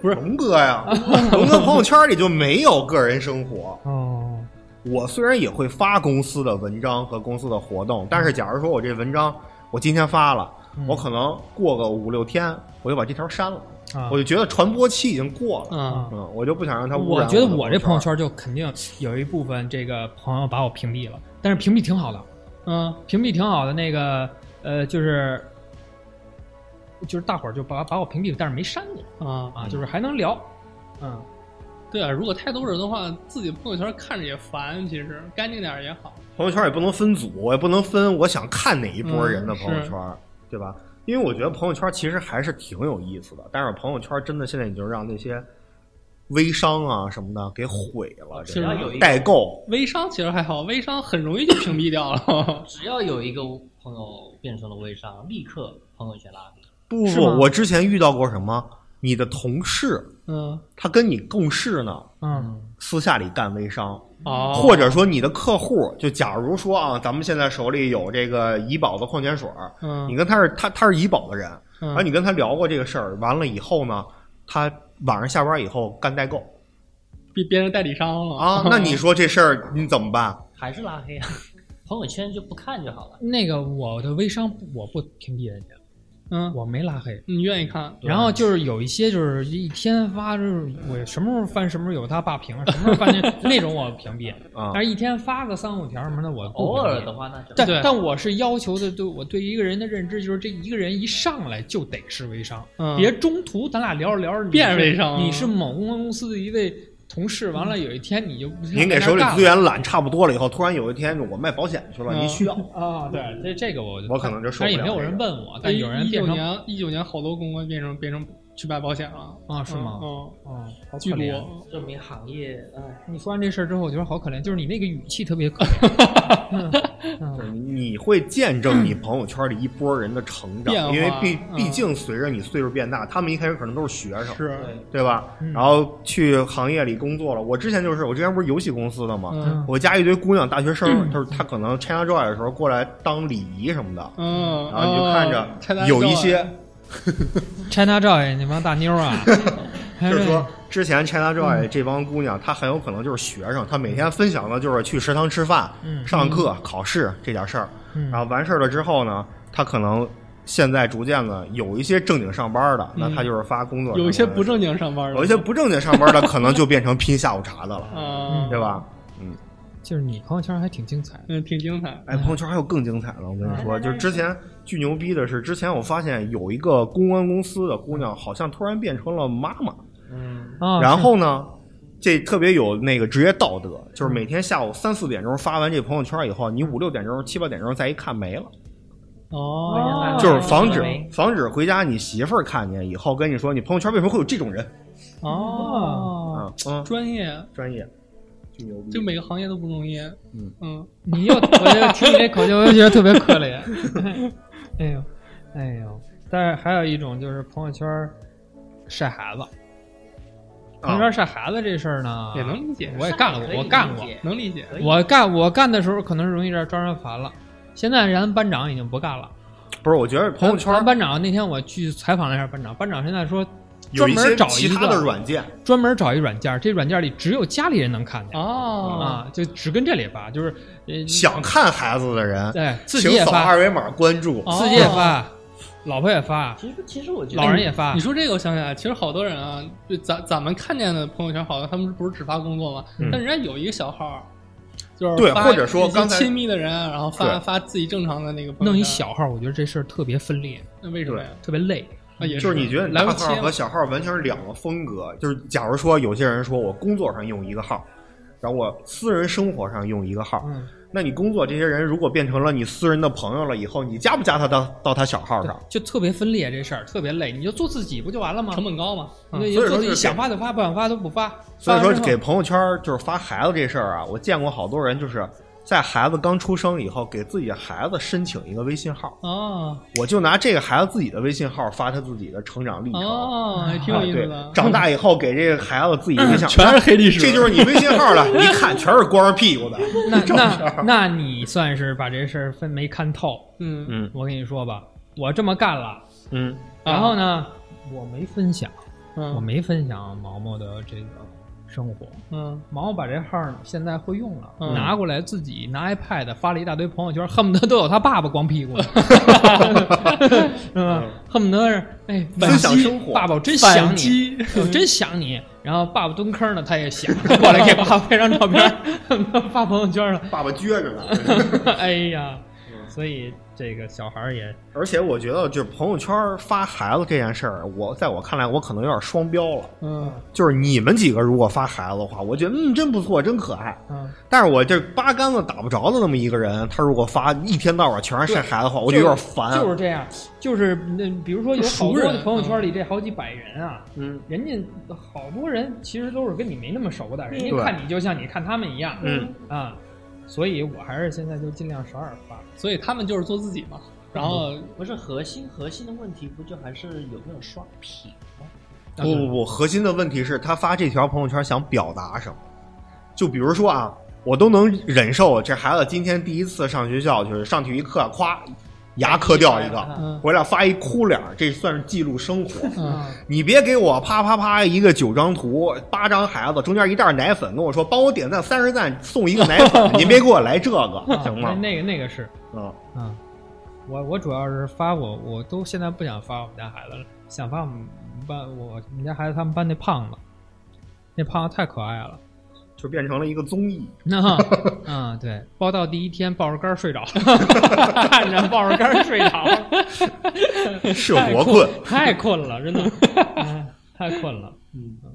[SPEAKER 5] 不是龙哥呀，龙哥朋友圈里就没有个人生活。
[SPEAKER 2] 哦，
[SPEAKER 5] 我虽然也会发公司的文章和公司的活动，但是假如说我这文章我今天发了，嗯
[SPEAKER 2] 嗯
[SPEAKER 5] 我可能过个五六天我就把这条删了，
[SPEAKER 2] 啊
[SPEAKER 5] 我就觉得传播期已经过了，
[SPEAKER 3] 啊，
[SPEAKER 5] 嗯，我就不想让它污
[SPEAKER 2] 我
[SPEAKER 5] 染
[SPEAKER 2] 觉得
[SPEAKER 5] 我
[SPEAKER 2] 我
[SPEAKER 5] 的
[SPEAKER 2] 这朋友，圈就肯定有一部分这个朋友把我屏蔽了，但是屏蔽挺好的，
[SPEAKER 3] 嗯，
[SPEAKER 2] 屏蔽挺好的那个呃，就是就是大伙儿就把把我屏蔽了，但是没删我
[SPEAKER 3] 啊，
[SPEAKER 2] 啊，就是还能聊，嗯，
[SPEAKER 3] 对啊，如果太多人的话，自己朋友圈看着也烦，其实干净点儿也好。
[SPEAKER 5] 朋友圈也不能分组，我也不能分我想看哪一波人的
[SPEAKER 2] 嗯
[SPEAKER 5] 朋友圈，对吧？因为我觉得朋友圈其实还是挺有意思的，但是朋友圈真的现在已经让那些微商啊什么的给毁了，
[SPEAKER 3] 其
[SPEAKER 5] 这
[SPEAKER 3] 实
[SPEAKER 5] 个
[SPEAKER 4] 啊有一个。
[SPEAKER 5] 代购。
[SPEAKER 3] 微商其实还好，微商很容易就屏蔽掉了
[SPEAKER 4] 只要有一个朋友变成了微商，立刻朋友圈拉黑。
[SPEAKER 5] 不
[SPEAKER 2] 是
[SPEAKER 5] 不，
[SPEAKER 2] 吗
[SPEAKER 5] 我之前遇到过什么？你的同事
[SPEAKER 3] 嗯，
[SPEAKER 5] 他跟你共事呢，
[SPEAKER 2] 嗯，
[SPEAKER 5] 私下里干微商，
[SPEAKER 3] 哦，
[SPEAKER 5] 或者说你的客户，就假如说啊，咱们现在手里有这个怡宝的矿泉水儿，
[SPEAKER 3] 嗯
[SPEAKER 5] 你跟他是他他是怡宝的人，
[SPEAKER 3] 嗯
[SPEAKER 5] 然后你跟他聊过这个事儿，完了以后呢，他晚上下班以后干代购
[SPEAKER 3] 被变成代理商
[SPEAKER 2] 哦
[SPEAKER 3] 了
[SPEAKER 5] 啊，那你说这事儿你怎么办？
[SPEAKER 4] 还是拉黑啊， 朋友圈就不看就好了。
[SPEAKER 5] 嗯
[SPEAKER 2] 那个我的微商不我不屏蔽人家，
[SPEAKER 3] 嗯，
[SPEAKER 2] 我没拉黑。
[SPEAKER 3] 你愿意看？
[SPEAKER 2] 然后就是有一些就是一天发，就是我什么时候翻什么时候有他霸屏，啊什么时候翻那 那种我屏蔽，
[SPEAKER 5] 啊
[SPEAKER 2] 但是一天发个三五条什么的我不屏蔽
[SPEAKER 4] 偶尔的。话，那就
[SPEAKER 2] 但
[SPEAKER 3] 对
[SPEAKER 2] 但我是要求的，对我对一个人的认知就是这一个人一上来就得是微商，
[SPEAKER 3] 嗯
[SPEAKER 2] 别中途咱俩聊着聊着你是
[SPEAKER 3] 变微商
[SPEAKER 2] 你是某公关公司的一位同事，完了有一天你就不想
[SPEAKER 5] 您
[SPEAKER 2] 在
[SPEAKER 5] 给
[SPEAKER 2] 那
[SPEAKER 5] 手里
[SPEAKER 2] 干
[SPEAKER 5] 资源揽差不多了以后，突然有一天我卖保险去了，
[SPEAKER 3] 嗯
[SPEAKER 5] 您需要
[SPEAKER 2] 了啊，对，这这个我就
[SPEAKER 5] 我可能就受不
[SPEAKER 2] 但
[SPEAKER 5] 了
[SPEAKER 2] 也没有
[SPEAKER 5] 这个哎
[SPEAKER 2] 人问我，但有人
[SPEAKER 3] 哎一
[SPEAKER 2] 变
[SPEAKER 3] 九
[SPEAKER 2] 成
[SPEAKER 3] 年，一九年好多公关变成变成去卖保险了
[SPEAKER 2] 啊是
[SPEAKER 5] 哎
[SPEAKER 2] 吗
[SPEAKER 3] 嗯，
[SPEAKER 2] 哦，好
[SPEAKER 3] 嗯
[SPEAKER 2] 可
[SPEAKER 3] 巨
[SPEAKER 5] 啊
[SPEAKER 2] 怜。
[SPEAKER 3] 多。
[SPEAKER 4] 证明行业，哎，
[SPEAKER 2] 你说完这事儿之后，我觉得好可怜，就是你那个语气特别可怜。嗯嗯
[SPEAKER 5] 你会见证你朋友圈里一波人的成长
[SPEAKER 3] 嗯变，化
[SPEAKER 5] 因为毕
[SPEAKER 3] 嗯
[SPEAKER 5] 毕竟随着你岁数变大，他们一开始可能都是学生，
[SPEAKER 3] 是，
[SPEAKER 4] 对，
[SPEAKER 5] 对吧？
[SPEAKER 2] 嗯
[SPEAKER 5] 然后去行业里工作了。我之前就是，我之前不是游戏公司的嘛，
[SPEAKER 3] 嗯
[SPEAKER 5] 我家一堆姑娘大学生，就是她可能 ChinaJoy 的时候过来当礼仪什么的，
[SPEAKER 3] 嗯，
[SPEAKER 5] 然后你就
[SPEAKER 3] 哦
[SPEAKER 5] 看着有一，些，
[SPEAKER 2] China Joy，你帮大妞儿啊，还
[SPEAKER 5] 就是
[SPEAKER 3] 哎
[SPEAKER 5] 说之前
[SPEAKER 3] 嗯
[SPEAKER 5] ChinaJoy 这帮姑娘，她很有可能就是学生，她每天分享的就是去食堂吃饭、
[SPEAKER 2] 嗯
[SPEAKER 5] 上课、考试这点事儿。
[SPEAKER 2] 嗯
[SPEAKER 5] 然后完事儿了之后呢，他可能现在逐渐的有一些正经上班的，那他就是发工作；
[SPEAKER 3] 嗯有一些不，正经上班的，
[SPEAKER 5] 有一些不正经上班的，可能就变成拼下午茶的了，
[SPEAKER 3] 啊，
[SPEAKER 5] 对吧？
[SPEAKER 2] 就是你朋友圈还挺精彩的。
[SPEAKER 3] 嗯，挺精彩。
[SPEAKER 5] 哎，朋友圈还有更精彩的，我跟你说，
[SPEAKER 4] 嗯
[SPEAKER 5] 就是之前巨牛逼的是，之前我发现有一个公关公司的姑娘，好像突然变成了妈妈，
[SPEAKER 4] 嗯，
[SPEAKER 2] 啊，
[SPEAKER 5] 然后呢，这特别有那个职业道德，就是每天下午三四点钟发完这朋友圈以后，你五六点钟、七八点钟再一看没了。
[SPEAKER 3] 哦，
[SPEAKER 5] 就是防止
[SPEAKER 4] 明白
[SPEAKER 5] 防止回家你媳妇儿看见以后跟你说你朋友圈为什么会有这种人
[SPEAKER 2] 啊
[SPEAKER 3] 哦，
[SPEAKER 5] 啊？嗯，
[SPEAKER 3] 专业，
[SPEAKER 5] 专业，巨牛逼
[SPEAKER 3] 就每个行业都不容易。
[SPEAKER 5] 嗯
[SPEAKER 3] 嗯，
[SPEAKER 2] 是你又，我就听你这口气，我就觉得特别可怜。 哎呦，哎呦，但是还有一种就是朋友圈儿晒孩子，朋友圈
[SPEAKER 5] 啊
[SPEAKER 2] 儿！晒孩子这事儿呢，
[SPEAKER 3] 也能理解，
[SPEAKER 2] 啊我也干了
[SPEAKER 4] 可
[SPEAKER 2] 过，
[SPEAKER 4] 以
[SPEAKER 2] 我干过
[SPEAKER 4] 理，解
[SPEAKER 3] 能理解。
[SPEAKER 4] 可以
[SPEAKER 2] 我干我干的时候可能容易让招人烦了，现在人班长已经不干了。
[SPEAKER 5] 不是，我觉得朋友圈
[SPEAKER 2] 咱呃班长那天我去采访了一下班长，班长现在说
[SPEAKER 5] 有
[SPEAKER 2] 专
[SPEAKER 5] 一
[SPEAKER 2] 门
[SPEAKER 5] 些
[SPEAKER 2] 找
[SPEAKER 5] 其
[SPEAKER 2] 一
[SPEAKER 5] 他的
[SPEAKER 2] 个嗯
[SPEAKER 5] 软件，
[SPEAKER 2] 专门找一软件，这软件里只有家里人能看见
[SPEAKER 3] 哦，
[SPEAKER 2] 啊，就只跟这里发，就是呃
[SPEAKER 5] 想看孩子的人，
[SPEAKER 2] 对自己
[SPEAKER 5] 请
[SPEAKER 2] 也
[SPEAKER 5] 扫
[SPEAKER 2] 发，
[SPEAKER 5] 二维码关注。
[SPEAKER 3] 哦
[SPEAKER 2] 自己也发，老婆也发，
[SPEAKER 4] 其实其实我觉得
[SPEAKER 2] 老人也发
[SPEAKER 3] 你，说这个，我想起来，其实好多人啊，就咱咱们看见的朋友圈，好多他们不是只发工作嘛，
[SPEAKER 5] 嗯
[SPEAKER 3] 但人家有一个小号儿，就是
[SPEAKER 5] 对
[SPEAKER 3] 发
[SPEAKER 5] 或者说
[SPEAKER 3] 一些
[SPEAKER 5] 刚才
[SPEAKER 3] 亲密的人，然后发
[SPEAKER 5] 对
[SPEAKER 3] 发自己正常的那个朋友
[SPEAKER 2] 弄一
[SPEAKER 3] 圈，
[SPEAKER 2] 小号，我觉得这事儿特别分裂，
[SPEAKER 3] 嗯那为什么呀？
[SPEAKER 2] 特别累。
[SPEAKER 3] 啊，也
[SPEAKER 5] 就是你觉得你
[SPEAKER 3] 来回
[SPEAKER 5] 大号
[SPEAKER 3] 切
[SPEAKER 5] 和小号完全是两个风格。就是假如说有些人说我工作上用一个号，然后我私人生活上用一个号，
[SPEAKER 2] 嗯，
[SPEAKER 5] 那你工作这些人如果变成了你私人的朋友了以后，你加不加他到到他小号
[SPEAKER 2] 对
[SPEAKER 5] 上？，
[SPEAKER 2] 就特别分裂这事儿，特别累。你就做自己不就完了吗？
[SPEAKER 3] 成本高嘛，
[SPEAKER 2] 你就
[SPEAKER 3] 嗯
[SPEAKER 5] 所以说
[SPEAKER 2] 做自
[SPEAKER 5] 就
[SPEAKER 2] 己
[SPEAKER 5] 是
[SPEAKER 2] 想发就发，不想发都不发。
[SPEAKER 5] 所以
[SPEAKER 2] 发
[SPEAKER 5] 说
[SPEAKER 2] 完之后
[SPEAKER 5] 给朋友圈就是发孩子这事儿啊，我见过好多人就是在孩子刚出生以后，给自己的孩子申请一个微信号，
[SPEAKER 3] 啊
[SPEAKER 5] 我就拿这个孩子自己的微信号发他自己的成长历程。
[SPEAKER 3] 啊，还挺有意思的
[SPEAKER 5] 对，。长大以后给这个孩子自己微 信，
[SPEAKER 3] 全是黑历史
[SPEAKER 5] 这就是你微信 号了。一看全是光着屁股的，
[SPEAKER 2] 那那那你算是把这事儿分没看透。
[SPEAKER 3] 嗯
[SPEAKER 5] 嗯
[SPEAKER 2] 我跟你说吧，我这么干了，
[SPEAKER 5] 嗯
[SPEAKER 2] 然后呢，啊我没分享，我
[SPEAKER 3] 嗯
[SPEAKER 2] 没分享毛毛的这个生活。
[SPEAKER 3] 嗯
[SPEAKER 2] 毛毛把这号儿现在会用了，
[SPEAKER 3] 嗯
[SPEAKER 2] 拿过来自己拿 iPad 发了一大堆朋友圈，恨不得都有他爸爸光屁 股，是吧？恨不得是哎，反
[SPEAKER 5] 分享
[SPEAKER 2] 击
[SPEAKER 5] 生活
[SPEAKER 2] 爸爸我真
[SPEAKER 3] 反
[SPEAKER 2] 想你，
[SPEAKER 3] 击
[SPEAKER 2] 我真想你。然后爸爸蹲坑呢，他也 想过来给爸爸拍张照片，恨 不得发朋友圈了。
[SPEAKER 5] 爸爸撅着呢。
[SPEAKER 2] 哎呀，所以这个小孩儿也
[SPEAKER 5] 而且我觉得，就是朋友圈发孩子这件事儿，我在我看来，我可能有点双标了。
[SPEAKER 3] 嗯
[SPEAKER 5] 就是你们几个如果发孩子的话，我觉得嗯真不错，真可爱。
[SPEAKER 3] 嗯，
[SPEAKER 5] 但是我这八竿子打不着的那么一个人，他如果发一天到晚全是晒孩子的话，我就有点烦。啊
[SPEAKER 2] 就是这样，就是那比如说有好
[SPEAKER 3] 熟
[SPEAKER 2] 多
[SPEAKER 3] 人
[SPEAKER 2] 朋友圈里这好几百人啊，
[SPEAKER 5] 嗯，
[SPEAKER 2] 人家好多人其实都是跟你没那么熟的，人家
[SPEAKER 5] 嗯对
[SPEAKER 2] 看你就像你看他们一样，
[SPEAKER 5] 嗯
[SPEAKER 2] 啊，所以我还是现在就尽量少点发。
[SPEAKER 3] 所以他们就是做自己嘛。然后
[SPEAKER 4] 不是核心核心的问题，不就还是有没有刷屏吗？
[SPEAKER 2] 嗯
[SPEAKER 5] 不不不，核心的问题是他发这条朋友圈想表达什么？就比如说啊，我都能忍受这孩子今天第一次上学校，就是上体育课，咵牙磕掉一个，
[SPEAKER 3] 嗯
[SPEAKER 5] 回来发一哭脸儿，这算是记录生活。
[SPEAKER 3] 嗯
[SPEAKER 5] 你别给我啪啪啪一个九张图，八张孩子，中间一袋奶粉，跟我说帮我点赞三十赞送一个奶 粉，你别给我来这个，
[SPEAKER 2] 啊
[SPEAKER 5] 行吗
[SPEAKER 2] 那？那个那个是，
[SPEAKER 5] 嗯，
[SPEAKER 2] 啊，我我主要是发我我都现在不想发我们家孩子了，想发我们班我我们家孩子他们班那胖子，那胖子太可爱了。
[SPEAKER 5] 就变成了一个综艺。
[SPEAKER 2] 那 嗯，对，报道第一天抱着杆儿睡 着了，看着抱着杆儿睡着了，
[SPEAKER 5] 是我困，
[SPEAKER 2] 太困了，真的， 嗯太困了。
[SPEAKER 3] 嗯
[SPEAKER 5] 嗯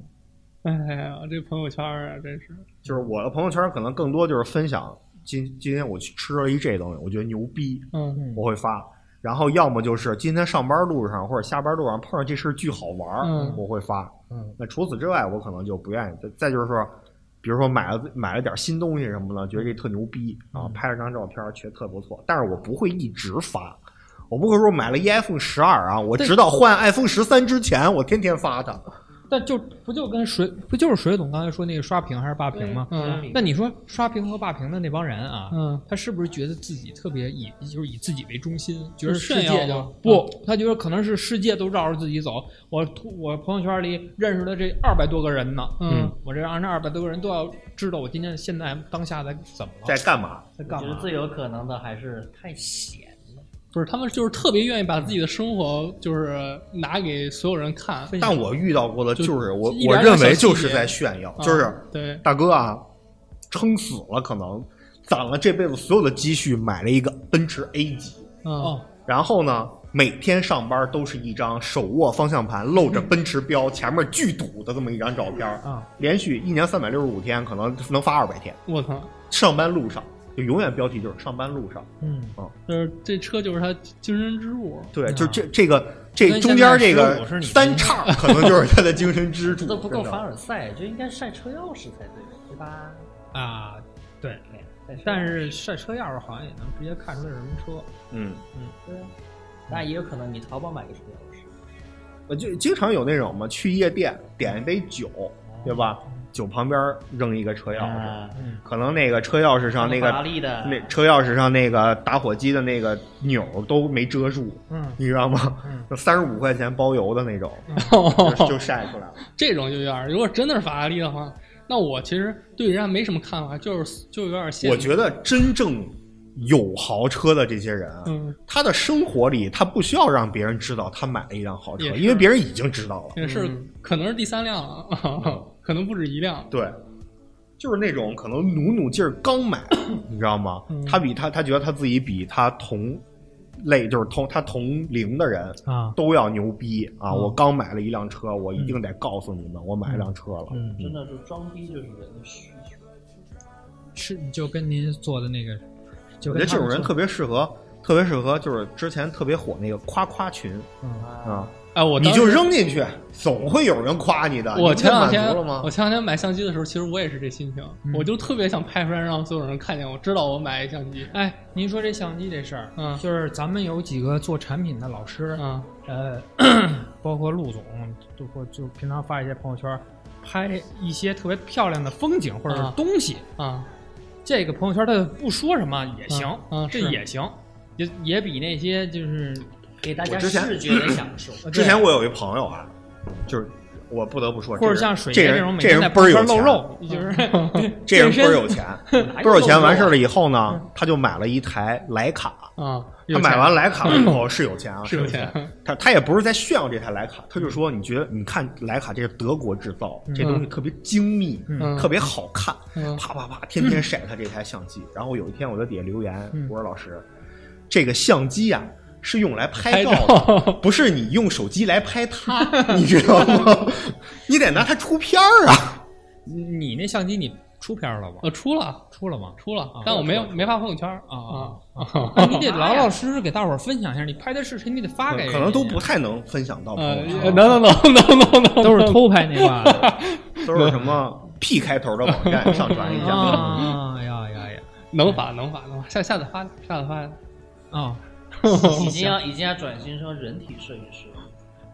[SPEAKER 3] 哎呀，这朋友圈啊，真是
[SPEAKER 5] 就是我的朋友圈可能更多就是分享今今天我去吃了一这东西，我觉得牛逼，
[SPEAKER 3] 嗯
[SPEAKER 2] 嗯
[SPEAKER 5] 我会发。然后要么就是今天上班路上或者下班路上碰上这事儿巨好玩儿，
[SPEAKER 3] 嗯
[SPEAKER 5] 我会发。
[SPEAKER 2] 嗯，
[SPEAKER 5] 那除此之外，我可能就不愿意。再再就是说，比如说买了买了点新东西什么的，觉得这特牛逼啊，
[SPEAKER 2] 嗯
[SPEAKER 5] 拍了张照片，觉得特不错。但是我不会一直发，我不会说买了一 iPhone 十二啊，我
[SPEAKER 2] 对哦
[SPEAKER 5] 直到换 iPhone 十三之前，我天天发它。
[SPEAKER 2] 但就不就跟水不就是水总刚才说那个刷屏还是霸屏吗？
[SPEAKER 3] 嗯
[SPEAKER 4] 刷屏
[SPEAKER 2] 那你说刷屏和霸屏的那帮人啊，
[SPEAKER 3] 嗯
[SPEAKER 2] 他是不是觉得自己特别以就是以自己为中心，觉得世
[SPEAKER 3] 炫
[SPEAKER 2] 界
[SPEAKER 3] 耀
[SPEAKER 2] 就
[SPEAKER 3] 吗嗯
[SPEAKER 2] 不，他觉得可能是世界都绕着自己走。我突我朋友圈里认识了这二百多个人呢，
[SPEAKER 3] 嗯，
[SPEAKER 2] 我这让这二百多个人都要知道我今天现在当下在怎么了，
[SPEAKER 5] 在干嘛？
[SPEAKER 2] 在
[SPEAKER 4] 我
[SPEAKER 2] 干
[SPEAKER 4] 觉得
[SPEAKER 2] 嘛。
[SPEAKER 4] 最有可能的还是太闲了。
[SPEAKER 3] 不是，他们就是特别愿意把自己的生活就是拿给所有人看，
[SPEAKER 5] 但我遇到过的就是我
[SPEAKER 3] 一
[SPEAKER 5] 我
[SPEAKER 3] 点点
[SPEAKER 5] 认为
[SPEAKER 3] 小细
[SPEAKER 5] 就是
[SPEAKER 3] 节
[SPEAKER 5] 在炫耀，
[SPEAKER 3] 啊
[SPEAKER 5] 就是
[SPEAKER 3] 对，
[SPEAKER 5] 大哥啊，撑死了可能攒了这辈子所有的积蓄买了一个奔驰 A 级，
[SPEAKER 3] 嗯
[SPEAKER 2] 哦，
[SPEAKER 5] 然后呢，每天上班都是一张手握方向盘露着奔驰标，前面巨堵的这么一张照片儿
[SPEAKER 2] 啊，
[SPEAKER 5] 连续一年三百六十五天，可能能发二百天。
[SPEAKER 3] 我操，
[SPEAKER 5] 上班路上就永远标题就是上班路上，
[SPEAKER 2] 嗯，
[SPEAKER 3] 就是这车就是他精神支柱，
[SPEAKER 5] 对，
[SPEAKER 2] 嗯
[SPEAKER 5] 就这这个这
[SPEAKER 2] 跟
[SPEAKER 5] 中
[SPEAKER 2] 现
[SPEAKER 5] 间
[SPEAKER 2] 在
[SPEAKER 5] 这个
[SPEAKER 2] 15是你
[SPEAKER 5] 三叉儿可能就是他的精神支柱，
[SPEAKER 4] 这都不够
[SPEAKER 5] 真的
[SPEAKER 4] 凡尔赛，就应该晒车钥匙才对，对吧？
[SPEAKER 2] 啊，对。
[SPEAKER 4] 对晒车
[SPEAKER 2] 但是晒车钥匙好像也能直接看出来是什么车。
[SPEAKER 5] 嗯。
[SPEAKER 4] 对啊，那也有可能你淘宝买个车钥匙，
[SPEAKER 5] 我呃就经常有那种嘛，去夜店点一杯酒，对吧？酒旁边扔一个车钥匙，
[SPEAKER 4] 啊
[SPEAKER 2] 嗯，
[SPEAKER 5] 可能那个车钥匙上那
[SPEAKER 4] 法拉
[SPEAKER 5] 个
[SPEAKER 4] 利的
[SPEAKER 5] 那车钥匙上那个打火机的那个钮儿都没遮住，
[SPEAKER 2] 嗯
[SPEAKER 5] 你知道吗
[SPEAKER 2] 嗯？
[SPEAKER 5] 就三十五块钱包邮的那种，就就晒出来了。
[SPEAKER 3] 这种就有点儿，如果真的是法拉利的话，那我其实对人家没什么看法，就是就有点儿羡慕。
[SPEAKER 5] 我觉得真正有豪车的这些人，
[SPEAKER 3] 嗯，
[SPEAKER 5] 他的生活里他不需要让别人知道他买了一辆豪车，
[SPEAKER 3] 也是
[SPEAKER 5] 因为别人已经知道了。
[SPEAKER 3] 也是，可能是第三辆了， 可能不止一辆。
[SPEAKER 5] 对，就是那种可能努努劲儿刚买， 你知道吗？
[SPEAKER 2] 嗯
[SPEAKER 5] 他比他他觉得他自己比他同类就是同他同龄的人
[SPEAKER 2] 啊，
[SPEAKER 5] 都要牛逼
[SPEAKER 2] 嗯
[SPEAKER 5] 啊！我刚买了一辆车，我一定得告诉你们，我买一辆车了。
[SPEAKER 2] 嗯，
[SPEAKER 4] 真的是装逼就是人的需求。
[SPEAKER 2] 是就跟您做的那个，就
[SPEAKER 5] 我
[SPEAKER 2] 跟
[SPEAKER 5] 觉得这种
[SPEAKER 2] 他们
[SPEAKER 5] 人
[SPEAKER 2] 做
[SPEAKER 5] 特别适合，特别适合就是之前特别火那个夸夸群
[SPEAKER 2] 嗯
[SPEAKER 5] 啊，
[SPEAKER 3] 哎，我
[SPEAKER 5] 你
[SPEAKER 3] 当
[SPEAKER 5] 就
[SPEAKER 3] 时
[SPEAKER 5] 扔进去，总会有人夸你的。
[SPEAKER 3] 我
[SPEAKER 5] 啊
[SPEAKER 3] 前
[SPEAKER 5] 你不就
[SPEAKER 3] 两
[SPEAKER 5] 满
[SPEAKER 3] 天
[SPEAKER 5] 足了吗
[SPEAKER 3] 我？前两天买相机的时候，其实我也是这心情，
[SPEAKER 2] 嗯
[SPEAKER 3] 我就特别想拍出来让所有人看见，我知道我买一相机。
[SPEAKER 2] 哎，您说这相机这事儿，
[SPEAKER 3] 嗯
[SPEAKER 2] 就是咱们有几个做产品的老师，
[SPEAKER 3] 嗯，
[SPEAKER 2] 呃， 包括陆总，就或就平常发一些朋友圈，拍一些特别漂亮的风景或者是
[SPEAKER 3] 啊
[SPEAKER 2] 东西，
[SPEAKER 3] 啊，
[SPEAKER 2] 这个朋友圈他不说什么也行，
[SPEAKER 3] 嗯嗯
[SPEAKER 2] 这
[SPEAKER 3] 是
[SPEAKER 2] 也行，也也比那些就是
[SPEAKER 4] 给大家
[SPEAKER 5] 我之前
[SPEAKER 4] 视觉的享受。
[SPEAKER 5] 之前我有一朋友啊，就是我不得不说，
[SPEAKER 2] 或者
[SPEAKER 5] 这人
[SPEAKER 2] 像水
[SPEAKER 5] 这
[SPEAKER 2] 爷
[SPEAKER 5] 人
[SPEAKER 2] 种每
[SPEAKER 5] 这
[SPEAKER 2] 天在
[SPEAKER 5] 人倍
[SPEAKER 2] 朋
[SPEAKER 5] 儿
[SPEAKER 2] 友圈露肉，
[SPEAKER 5] 有钱，
[SPEAKER 2] 就是
[SPEAKER 3] 嗯
[SPEAKER 5] 这人倍
[SPEAKER 2] 健
[SPEAKER 5] 儿
[SPEAKER 2] 身
[SPEAKER 5] 有钱，倍儿有钱。完事儿了以后呢，他就买了一台徕卡。
[SPEAKER 3] 啊，
[SPEAKER 5] 他买完徕卡了以后是有钱啊，
[SPEAKER 3] 嗯是有钱。
[SPEAKER 5] 他他也不是在炫耀这台徕卡，他就说你觉得你看徕卡这是德国制造，这东西特别精密，
[SPEAKER 3] 嗯
[SPEAKER 5] 特别好看，
[SPEAKER 3] 嗯
[SPEAKER 5] 啪啪啪，天天晒他这台相机。然后有一天我在底下留言
[SPEAKER 2] 嗯，
[SPEAKER 5] 我说老师，这个相机啊是用来拍
[SPEAKER 3] 拍
[SPEAKER 5] 照的，
[SPEAKER 3] 照，
[SPEAKER 5] 不是你用手机来拍它， 你知道吗？你得拿它出片儿啊。
[SPEAKER 2] 你那相机你出片了吗？
[SPEAKER 3] 我呃出了
[SPEAKER 2] 出了吗？
[SPEAKER 3] 哦出了，但我没有没发朋友圈儿啊
[SPEAKER 5] 哦
[SPEAKER 3] 啊
[SPEAKER 2] 啊你得老老实实给大伙儿分享一下，你拍的是谁，你得发给人家
[SPEAKER 5] 可能都不太能分享到朋
[SPEAKER 3] 啊呃
[SPEAKER 5] 友圈，啊
[SPEAKER 3] 能能能能能能，
[SPEAKER 2] 都是偷拍那挂 的
[SPEAKER 5] 都是什 么 P 开头的网站上传一 下。
[SPEAKER 2] 啊呀呀呀
[SPEAKER 3] 能发能发能发，下下次发下次发。
[SPEAKER 2] 啊！
[SPEAKER 4] 已经要已经要转型成人体摄影师了。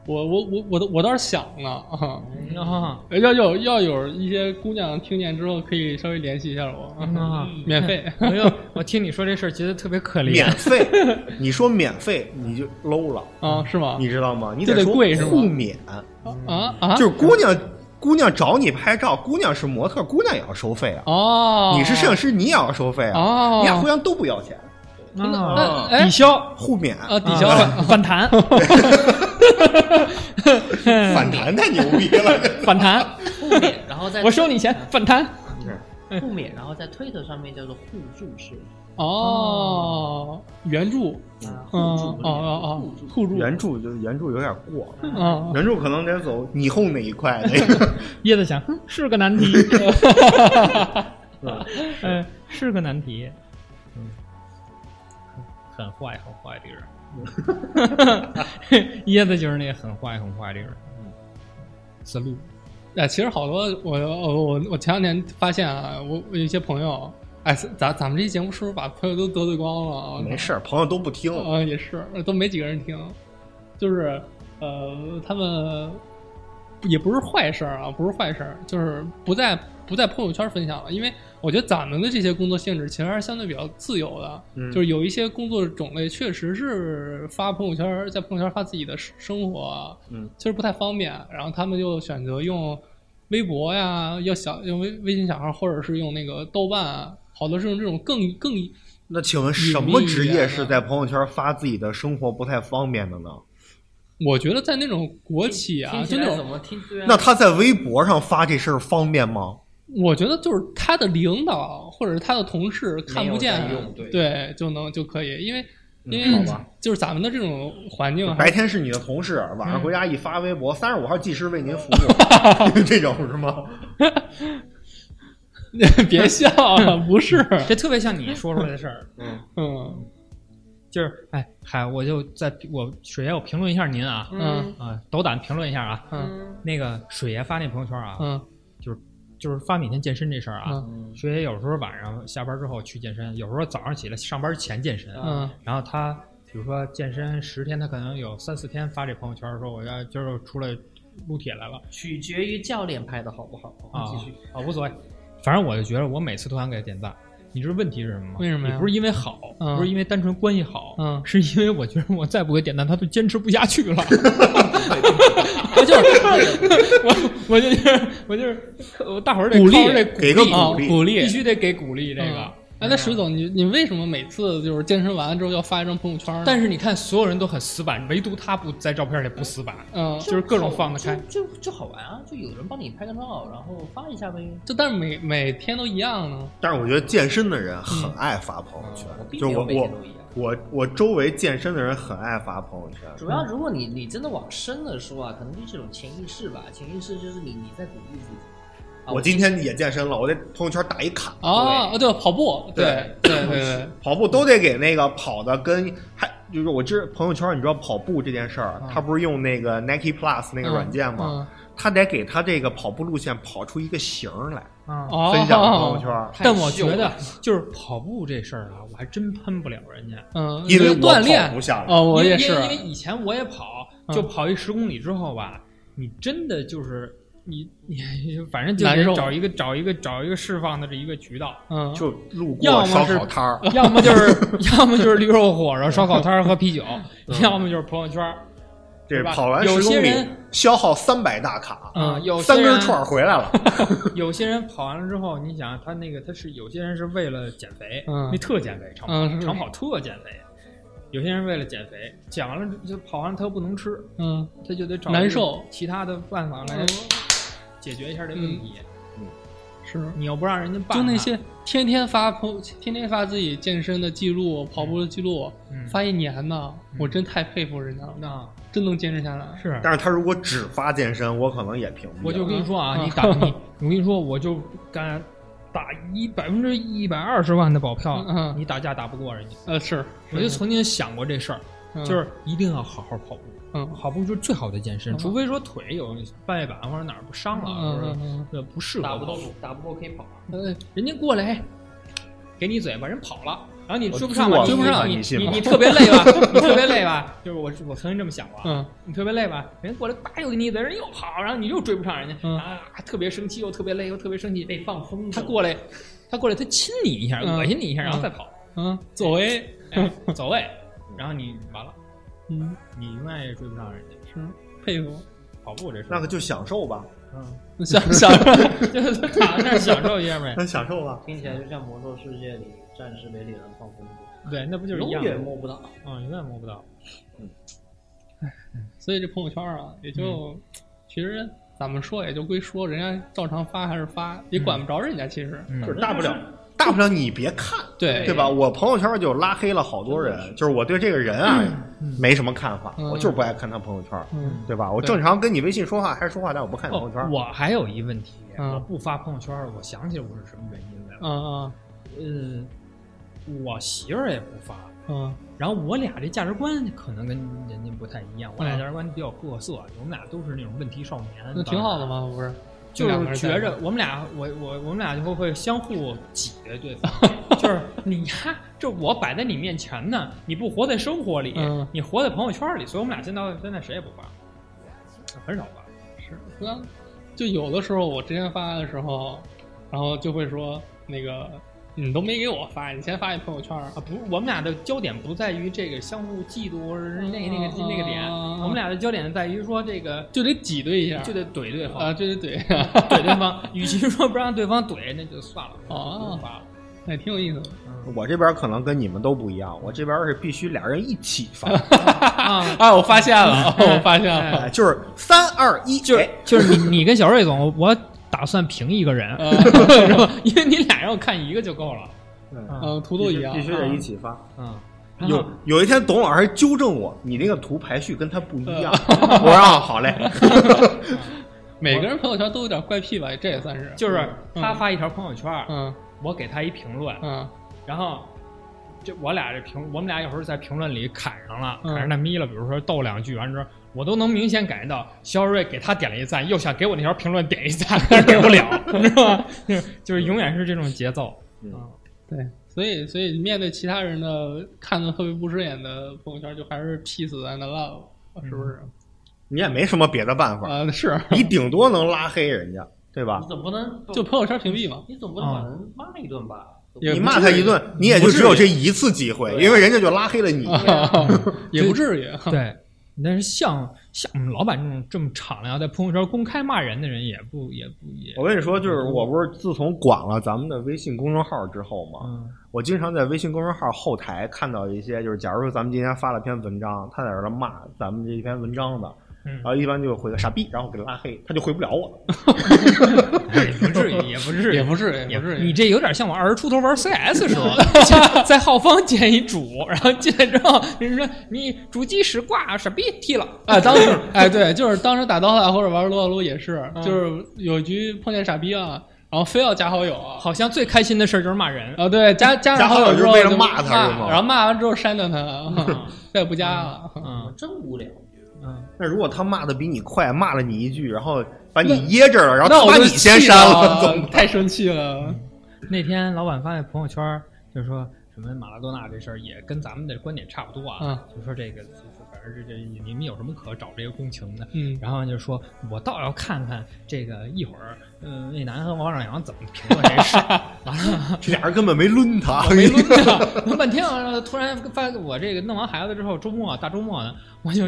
[SPEAKER 3] 我我我我都我倒是想呢啊，
[SPEAKER 2] 啊
[SPEAKER 3] 要有要有一些姑娘听见之后，可以稍微联系一下我，
[SPEAKER 2] 啊！
[SPEAKER 3] 免费。
[SPEAKER 2] 我又我听你说这事儿，觉得特别可
[SPEAKER 5] 免
[SPEAKER 2] 怜。
[SPEAKER 5] 费，你说免费你就 low 了，
[SPEAKER 3] 啊，是吗？
[SPEAKER 5] 你知道吗？你
[SPEAKER 3] 这得
[SPEAKER 5] 说
[SPEAKER 3] 贵是吗
[SPEAKER 5] 互免，
[SPEAKER 3] 啊啊，
[SPEAKER 5] 就是姑娘姑娘找你拍照，姑娘是模特，姑娘也要收费啊。
[SPEAKER 3] 哦，
[SPEAKER 5] 你是摄影师，你也要收费啊。
[SPEAKER 3] 哦
[SPEAKER 5] 你俩互相都不要钱，
[SPEAKER 2] 啊，
[SPEAKER 3] 那
[SPEAKER 2] 抵
[SPEAKER 3] 哎
[SPEAKER 2] 消
[SPEAKER 5] 互免，
[SPEAKER 3] 啊，抵消了。
[SPEAKER 2] 啊反弹
[SPEAKER 5] 反弹太牛逼 了。真的
[SPEAKER 2] 反 弹，
[SPEAKER 4] 互免，然 后在
[SPEAKER 2] 我收你钱
[SPEAKER 3] 嗯
[SPEAKER 2] 反弹。
[SPEAKER 4] 互免，然后在推特上面叫做互助式，
[SPEAKER 3] 哦，援助，
[SPEAKER 4] 啊，互
[SPEAKER 3] 嗯，
[SPEAKER 4] 助
[SPEAKER 3] 哦
[SPEAKER 4] 不是
[SPEAKER 3] 哦哦，互助，
[SPEAKER 5] 原著就原著有点过了，
[SPEAKER 3] 啊，
[SPEAKER 5] 原著可能得走你后那一块 那个。
[SPEAKER 2] 椰子想，哼是个难题。嗯，是个难题。嗯，很坏，很坏这个人。 椰子就是那个很坏，很坏这个人。思路
[SPEAKER 3] 哎，其实好多我我我我前两天发现啊，我我有一些朋友，哎，咱咱们这节目是不是把朋友都得罪光了啊？
[SPEAKER 5] 没事儿，朋友都不听。
[SPEAKER 3] 啊，也是，都没几个人听，就是呃，他们也不是坏事儿啊，不是坏事儿，就是不在不在朋友圈分享了，因为我觉得咱们的这些工作性质其实还是相对比较自由的，
[SPEAKER 5] 嗯
[SPEAKER 3] 就是有一些工作种类确实是发朋友圈儿，在朋友圈儿发自己的生活啊，
[SPEAKER 5] 嗯
[SPEAKER 3] 其实不太方便，然后他们就选择用微博呀，要小用微微信小号，或者是用那个豆瓣啊，好多是用这种更更。
[SPEAKER 5] 那请问什么职业
[SPEAKER 3] 啊
[SPEAKER 5] 是在朋友圈发自己的生活不太方便的呢？
[SPEAKER 3] 我觉得在那种国企啊，
[SPEAKER 4] 听
[SPEAKER 3] 就
[SPEAKER 4] 起
[SPEAKER 3] 那
[SPEAKER 4] 来
[SPEAKER 3] 种
[SPEAKER 4] 怎么听？啊虽然
[SPEAKER 5] 那他在微博上发这事儿方便吗？
[SPEAKER 3] 我觉得就是他的领导或者是他的同事看不见
[SPEAKER 4] 没有在用，对
[SPEAKER 3] 就能就可以，因为因
[SPEAKER 5] 好
[SPEAKER 3] 为
[SPEAKER 5] 吧
[SPEAKER 3] 就是咱们的这种环
[SPEAKER 4] 嗯
[SPEAKER 3] 境啊还
[SPEAKER 5] 白
[SPEAKER 3] 是，
[SPEAKER 5] 天是你的同事，晚上回家一发微博，三十五号技师为您服 务，这种是吗？
[SPEAKER 3] 别笑啊，不是，
[SPEAKER 2] 这特别像你说出来的事儿，
[SPEAKER 3] 嗯
[SPEAKER 2] 就是哎嗨，我就在我水爷，我评论一下您啊
[SPEAKER 3] 嗯
[SPEAKER 2] 啊，斗胆评论一下啊，
[SPEAKER 3] 嗯
[SPEAKER 2] 那个水爷发那朋友圈啊，
[SPEAKER 3] 嗯
[SPEAKER 2] 就是发每天健身这事儿啊，
[SPEAKER 3] 嗯
[SPEAKER 2] 水爷有时候晚上下班之后去健身，有时候早上起来上班前健身，
[SPEAKER 3] 嗯
[SPEAKER 2] 然后他比如说健身十天，他可能有三四天发这朋友圈说我要今儿又出来撸铁来了
[SPEAKER 4] 取决于教练拍的好不好。
[SPEAKER 2] 啊
[SPEAKER 3] 嗯
[SPEAKER 4] 继续，
[SPEAKER 2] 啊，无所谓，反正我就觉得我每次都想给他点赞。你知道问题是什么吗？
[SPEAKER 3] 为什么呀
[SPEAKER 2] 也不是因为好，
[SPEAKER 3] 嗯
[SPEAKER 2] 不是因为单纯关系好，
[SPEAKER 3] 嗯
[SPEAKER 2] 是因为我觉得我再不给点赞，他就坚持不下去 了。我就是我，我就我就是我大伙儿得
[SPEAKER 3] 鼓励
[SPEAKER 2] 靠着这鼓
[SPEAKER 5] 给个
[SPEAKER 3] 啊，
[SPEAKER 5] 励
[SPEAKER 3] 鼓励
[SPEAKER 2] 必须得给鼓励这
[SPEAKER 3] 这
[SPEAKER 2] 个
[SPEAKER 3] 个。。哎，那石总，你你为什么每次就是健身完了之后要发一张朋友圈呢？
[SPEAKER 2] 但
[SPEAKER 3] 是，
[SPEAKER 2] 是你看，所有人都很死板，唯独他不在照片里不死板。
[SPEAKER 3] 嗯，
[SPEAKER 2] 就是各种放得开
[SPEAKER 4] 就就就好玩啊！就有人帮你拍个照，然后发一下呗。
[SPEAKER 3] 就但是每每天都一样呢。
[SPEAKER 5] 但是我觉得健身的人很爱发朋友圈，
[SPEAKER 4] 嗯
[SPEAKER 5] 就是我
[SPEAKER 4] 我必须
[SPEAKER 5] 我
[SPEAKER 4] 每天都一样啊
[SPEAKER 5] 我我周围健身的人很爱发朋友圈，
[SPEAKER 4] 主要如果你你真的往深了说啊，可能就是一种潜意识吧。潜意识就是你你在鼓励自己。啊
[SPEAKER 5] 我今天也健身了，我在朋友圈打一卡，
[SPEAKER 3] 哦啊，对，跑步，对对对对，
[SPEAKER 5] 跑步都得给那个跑的跟还就是我知朋友圈，你知道跑步这件事儿，
[SPEAKER 4] 嗯
[SPEAKER 5] 他不是用那个 Nike Plus 那个软件吗？
[SPEAKER 3] 嗯
[SPEAKER 5] 他得给他这个跑步路线跑出一个形儿来，
[SPEAKER 2] 啊。
[SPEAKER 3] 哦，
[SPEAKER 5] 分享朋友圈。
[SPEAKER 2] 但我觉得就是跑步这事儿啊，我还真喷不了人家。
[SPEAKER 3] 嗯，
[SPEAKER 5] 因为我
[SPEAKER 3] 锻炼
[SPEAKER 5] 跑不下来
[SPEAKER 3] 哦，我也是
[SPEAKER 2] 因为因为因为以前我也跑，
[SPEAKER 3] 嗯
[SPEAKER 2] 就跑一十公里之后吧，你真的就是你你反正就
[SPEAKER 3] 难
[SPEAKER 2] 得
[SPEAKER 3] 受
[SPEAKER 2] 找一个找一个找一个释放的这一个渠 道，
[SPEAKER 3] 嗯，
[SPEAKER 5] 就路
[SPEAKER 2] 要
[SPEAKER 5] 过
[SPEAKER 2] 么
[SPEAKER 5] 烧
[SPEAKER 2] 是呃
[SPEAKER 5] 烤摊儿，
[SPEAKER 2] 要么就是要么就是驴肉火烧、烧烤摊儿和啤 酒，要么就是朋友圈儿。
[SPEAKER 5] 这
[SPEAKER 2] 是吧
[SPEAKER 5] 跑完
[SPEAKER 2] 有
[SPEAKER 5] 十
[SPEAKER 2] 些
[SPEAKER 5] 公里
[SPEAKER 2] 人
[SPEAKER 5] 消耗三百大卡，
[SPEAKER 3] 嗯
[SPEAKER 2] 啊，有些
[SPEAKER 5] 三根
[SPEAKER 2] 人
[SPEAKER 5] 串儿回来了。
[SPEAKER 2] 有些人跑完了之后，你想他那个他是有些人是为了减肥，
[SPEAKER 3] 嗯
[SPEAKER 2] 那特减肥，长跑、
[SPEAKER 3] 嗯是
[SPEAKER 2] 长跑特减肥。有些人为了减肥，减完了就跑完了他又不能吃，
[SPEAKER 3] 嗯
[SPEAKER 2] 他就得找
[SPEAKER 3] 难
[SPEAKER 2] 一个
[SPEAKER 3] 受
[SPEAKER 2] 其他的办法来
[SPEAKER 3] 嗯
[SPEAKER 2] 解决一下这个问题。
[SPEAKER 3] 是，
[SPEAKER 2] 你又不让人家办，
[SPEAKER 3] 就那些天天发朋友，天天发自己健身的记录、跑步的记录，
[SPEAKER 2] 嗯
[SPEAKER 3] 发一年呢，我真太佩服人家了，
[SPEAKER 2] 啊，
[SPEAKER 3] 真能坚持下来。
[SPEAKER 2] 是。
[SPEAKER 5] 但是他如果只发健身，我可能也屏蔽了。
[SPEAKER 2] 我就跟你说啊，
[SPEAKER 3] 嗯
[SPEAKER 2] 你打你，我跟你说，我就敢打一百分之一百二十万的保票，
[SPEAKER 3] 嗯嗯
[SPEAKER 2] 你打架打不过人家。
[SPEAKER 3] 呃，是，
[SPEAKER 2] 我就曾经想过这事儿，
[SPEAKER 3] 嗯
[SPEAKER 2] 就是一定要好好跑步，
[SPEAKER 3] 嗯
[SPEAKER 2] 跑步就是最好的健身，
[SPEAKER 3] 嗯
[SPEAKER 2] 除非说腿有半月板或者哪儿不伤了，
[SPEAKER 3] 嗯嗯嗯
[SPEAKER 2] 或者不适合
[SPEAKER 4] 打不
[SPEAKER 2] 跑
[SPEAKER 4] 动
[SPEAKER 2] 步，
[SPEAKER 4] 打不过可以跑。啊
[SPEAKER 3] 呃，
[SPEAKER 2] 人家过来哎给你嘴巴，人跑了，然后你
[SPEAKER 5] 我
[SPEAKER 2] 追不上吧，
[SPEAKER 5] 追
[SPEAKER 2] 追
[SPEAKER 5] 我
[SPEAKER 2] 不上
[SPEAKER 5] 你
[SPEAKER 2] 你
[SPEAKER 5] 信
[SPEAKER 2] 你
[SPEAKER 5] 吗
[SPEAKER 2] 你特别累吧，你特别累吧， 就是我我曾经这么想过啊，
[SPEAKER 3] 嗯
[SPEAKER 2] 你特别累吧，人家过来叭又给你一嘴，人又跑，然后你又追不上人家，
[SPEAKER 3] 嗯
[SPEAKER 2] 啊，特别生气又特别累又特别生气，被放
[SPEAKER 4] 风筝
[SPEAKER 2] 他过来，他过来他亲你一下，
[SPEAKER 3] 嗯
[SPEAKER 2] 恶心你一下，然后
[SPEAKER 3] 嗯
[SPEAKER 2] 再跑，
[SPEAKER 3] 嗯，作 为，
[SPEAKER 2] 哎走位，然后你完了，
[SPEAKER 3] 嗯，
[SPEAKER 2] 你永远也追不上人家。
[SPEAKER 3] 是佩服，
[SPEAKER 2] 跑步这事儿，
[SPEAKER 5] 那可就享受吧，
[SPEAKER 3] 想想，
[SPEAKER 2] 就是躺那儿享受一下呗。
[SPEAKER 5] 那享受吧。
[SPEAKER 4] 听起来就像魔兽世界里战士被猎人放风筝，
[SPEAKER 2] 对，那不就是一
[SPEAKER 4] 永
[SPEAKER 2] 样
[SPEAKER 4] 远
[SPEAKER 2] 吗？
[SPEAKER 4] 摸不到。
[SPEAKER 2] 啊，永远摸不到。
[SPEAKER 3] 所以这朋友圈啊，也就、其实咱们说也就归说，人家照常发还是发，也管不着人家。其实，
[SPEAKER 5] 嗯就是大不了，大不了你别看，
[SPEAKER 2] 哎
[SPEAKER 3] 对
[SPEAKER 5] 对吧？我朋友圈就拉黑了好多人，就是我对这个人啊没什么看法，
[SPEAKER 3] 嗯
[SPEAKER 5] 我就是不爱看他朋友圈，
[SPEAKER 3] 嗯
[SPEAKER 5] 对吧？我
[SPEAKER 3] 对
[SPEAKER 5] 正常跟你微信说话还是说话，但我不看你朋友
[SPEAKER 2] 哦
[SPEAKER 5] 圈。
[SPEAKER 2] 我还有一问题，
[SPEAKER 3] 嗯
[SPEAKER 2] 我不发朋友圈儿，我想起来我是什么原因来了。
[SPEAKER 3] 嗯
[SPEAKER 2] 嗯，我媳妇儿也不发，
[SPEAKER 3] 嗯
[SPEAKER 2] 然后我俩这价值观可能跟人家不太一样，我俩价值观比较各色，我们俩都是那种问题少年，
[SPEAKER 3] 嗯那挺好的？嘛，不是？
[SPEAKER 2] 就
[SPEAKER 3] 两个
[SPEAKER 2] 是
[SPEAKER 3] 人
[SPEAKER 2] 觉
[SPEAKER 3] 在
[SPEAKER 2] 着我们俩，我我我们俩就会会相互挤兑对 方，就是你呀，这我摆在你面前呢，你不活在生活里，
[SPEAKER 3] 嗯
[SPEAKER 2] 你活在朋友圈里，所以我们俩现在现在谁也不发，很少发。
[SPEAKER 3] 是，那就有的时候我之前发的时候，然后就会说那个你都没给我发，你先发一朋友圈儿
[SPEAKER 2] 啊，不，我们俩的焦点不在于这个相互嫉妒或者是那那个
[SPEAKER 3] 嗯嗯
[SPEAKER 2] 那个点，
[SPEAKER 3] 嗯嗯
[SPEAKER 2] 我们俩的焦点在于说这个
[SPEAKER 3] 就得挤兑一下，
[SPEAKER 2] 就得嗯怼对方，
[SPEAKER 3] 啊，就得怼，
[SPEAKER 2] 呃怼对方。与其说不让对方怼，那就算了，
[SPEAKER 3] 哦
[SPEAKER 2] 就发了。
[SPEAKER 3] 还挺有 意思的。
[SPEAKER 5] 我这边可能跟你们都不一样，我这边是必须俩人一 起发，
[SPEAKER 2] 啊，
[SPEAKER 3] 啊，我发现了，我发现了，
[SPEAKER 5] 哎就是三二一，
[SPEAKER 2] 就是
[SPEAKER 5] 哎
[SPEAKER 2] 嗯 就是你你跟小瑞总，我打算评一个人，
[SPEAKER 3] 嗯
[SPEAKER 2] 是吧？因为你俩让我看一个就够了。
[SPEAKER 5] 嗯
[SPEAKER 3] 嗯，图都一样，
[SPEAKER 5] 必须得一起发。
[SPEAKER 2] 嗯，
[SPEAKER 5] 有
[SPEAKER 2] 啊
[SPEAKER 5] 有一天，董老师纠正我，你那个图排序跟他不一样。我说啊，好嘞。
[SPEAKER 3] 每个人朋友圈都有点怪癖吧，这也算是，
[SPEAKER 2] 就是他
[SPEAKER 3] 嗯
[SPEAKER 2] 发一条朋友圈，
[SPEAKER 3] 嗯
[SPEAKER 2] 我给他一评论，
[SPEAKER 3] 嗯
[SPEAKER 2] 然后这我俩这评，我们俩有时候在评论里砍上了，
[SPEAKER 3] 嗯
[SPEAKER 2] 砍上他咪了，比如说逗两句，完之后我都能明显感觉到肖瑞给他点了一赞，又想给我那条评论点一 赞，但是给不了，你知道吗？就是就是永远是这种节奏。
[SPEAKER 3] 对，所以所以面对其他人的看的特别不顺眼的朋友圈，就还是 peace and love，是不是？
[SPEAKER 5] 你也没什么别的办
[SPEAKER 2] 嗯
[SPEAKER 5] 法，
[SPEAKER 3] 啊，是，
[SPEAKER 5] 你顶多能拉黑人家，对吧
[SPEAKER 4] 你？总不能
[SPEAKER 2] 啊
[SPEAKER 3] 就朋友圈屏蔽嘛，
[SPEAKER 4] 你总不能把人骂一顿吧？
[SPEAKER 3] 也
[SPEAKER 5] 你
[SPEAKER 3] 不
[SPEAKER 5] 骂
[SPEAKER 3] 至
[SPEAKER 5] 他
[SPEAKER 3] 于
[SPEAKER 5] 一顿，你也就只有这一次机会，因为人家就拉黑了你。
[SPEAKER 2] 啊
[SPEAKER 3] 啊 也不至于。啊
[SPEAKER 2] 对，但是像像我们老板这种这么敞亮，在朋友圈公开骂人的人也不也不也
[SPEAKER 5] 我跟你说，就是我不是自从管了咱们的微信公众号之后嘛，
[SPEAKER 3] 哦
[SPEAKER 2] 嗯
[SPEAKER 5] 我经常在微信公众号后台看到一些，就是假如说咱们今天发了篇文章，他在这儿骂咱们这一篇文章的，
[SPEAKER 2] 嗯
[SPEAKER 5] 然，
[SPEAKER 3] 啊
[SPEAKER 5] 后一般就回个傻逼，然后给拉黑，他就回不了我了。
[SPEAKER 2] 嗯哎也不至于，也不至于，
[SPEAKER 3] 也不是，也不是，
[SPEAKER 2] 你这有点像我二十出头玩 CS 时 候，在在浩方建一主，然后进来之后，人说你主机使挂，傻逼踢了。
[SPEAKER 3] 啊，当啊
[SPEAKER 2] 嗯
[SPEAKER 3] 时哎，对，就是当时打 DOTA 或者玩撸啊撸也是，就是有局碰见傻逼了，然后非要加好友啊，
[SPEAKER 2] 好像最开心的事儿就是骂人。
[SPEAKER 3] 啊，对，加加
[SPEAKER 5] 加
[SPEAKER 3] 上
[SPEAKER 5] 好友
[SPEAKER 3] 友
[SPEAKER 5] 就
[SPEAKER 3] 之后
[SPEAKER 5] 为了
[SPEAKER 3] 就
[SPEAKER 5] 骂他是吗
[SPEAKER 3] 然后骂完之后删掉他，啊 再也不加了。
[SPEAKER 2] 嗯
[SPEAKER 4] 真无聊。
[SPEAKER 2] 嗯，
[SPEAKER 5] 那如果他骂的比你快，骂了你一句，然后把你噎着了，然后
[SPEAKER 3] 那
[SPEAKER 5] 他
[SPEAKER 3] 我
[SPEAKER 5] 把
[SPEAKER 3] 就
[SPEAKER 5] 你先
[SPEAKER 3] 气
[SPEAKER 5] 删了，怎
[SPEAKER 3] 了
[SPEAKER 5] 么办
[SPEAKER 3] 太生气了。
[SPEAKER 2] 那天老板发在朋友圈儿就说什么马拉多纳这事儿也跟咱们的观点差不多啊，
[SPEAKER 3] 嗯
[SPEAKER 2] 就说这个就是反正这这你们有什么可找这个共情的？
[SPEAKER 3] 嗯，
[SPEAKER 2] 然后就说，我倒要看看这个一会儿，嗯、魏楠和王上阳怎么评论这事儿。完了，
[SPEAKER 5] 这俩人根本没抡他，
[SPEAKER 2] 我没 录呢，弄半天，啊然后突然发我这个弄完孩子之后，周末大周末呢，我就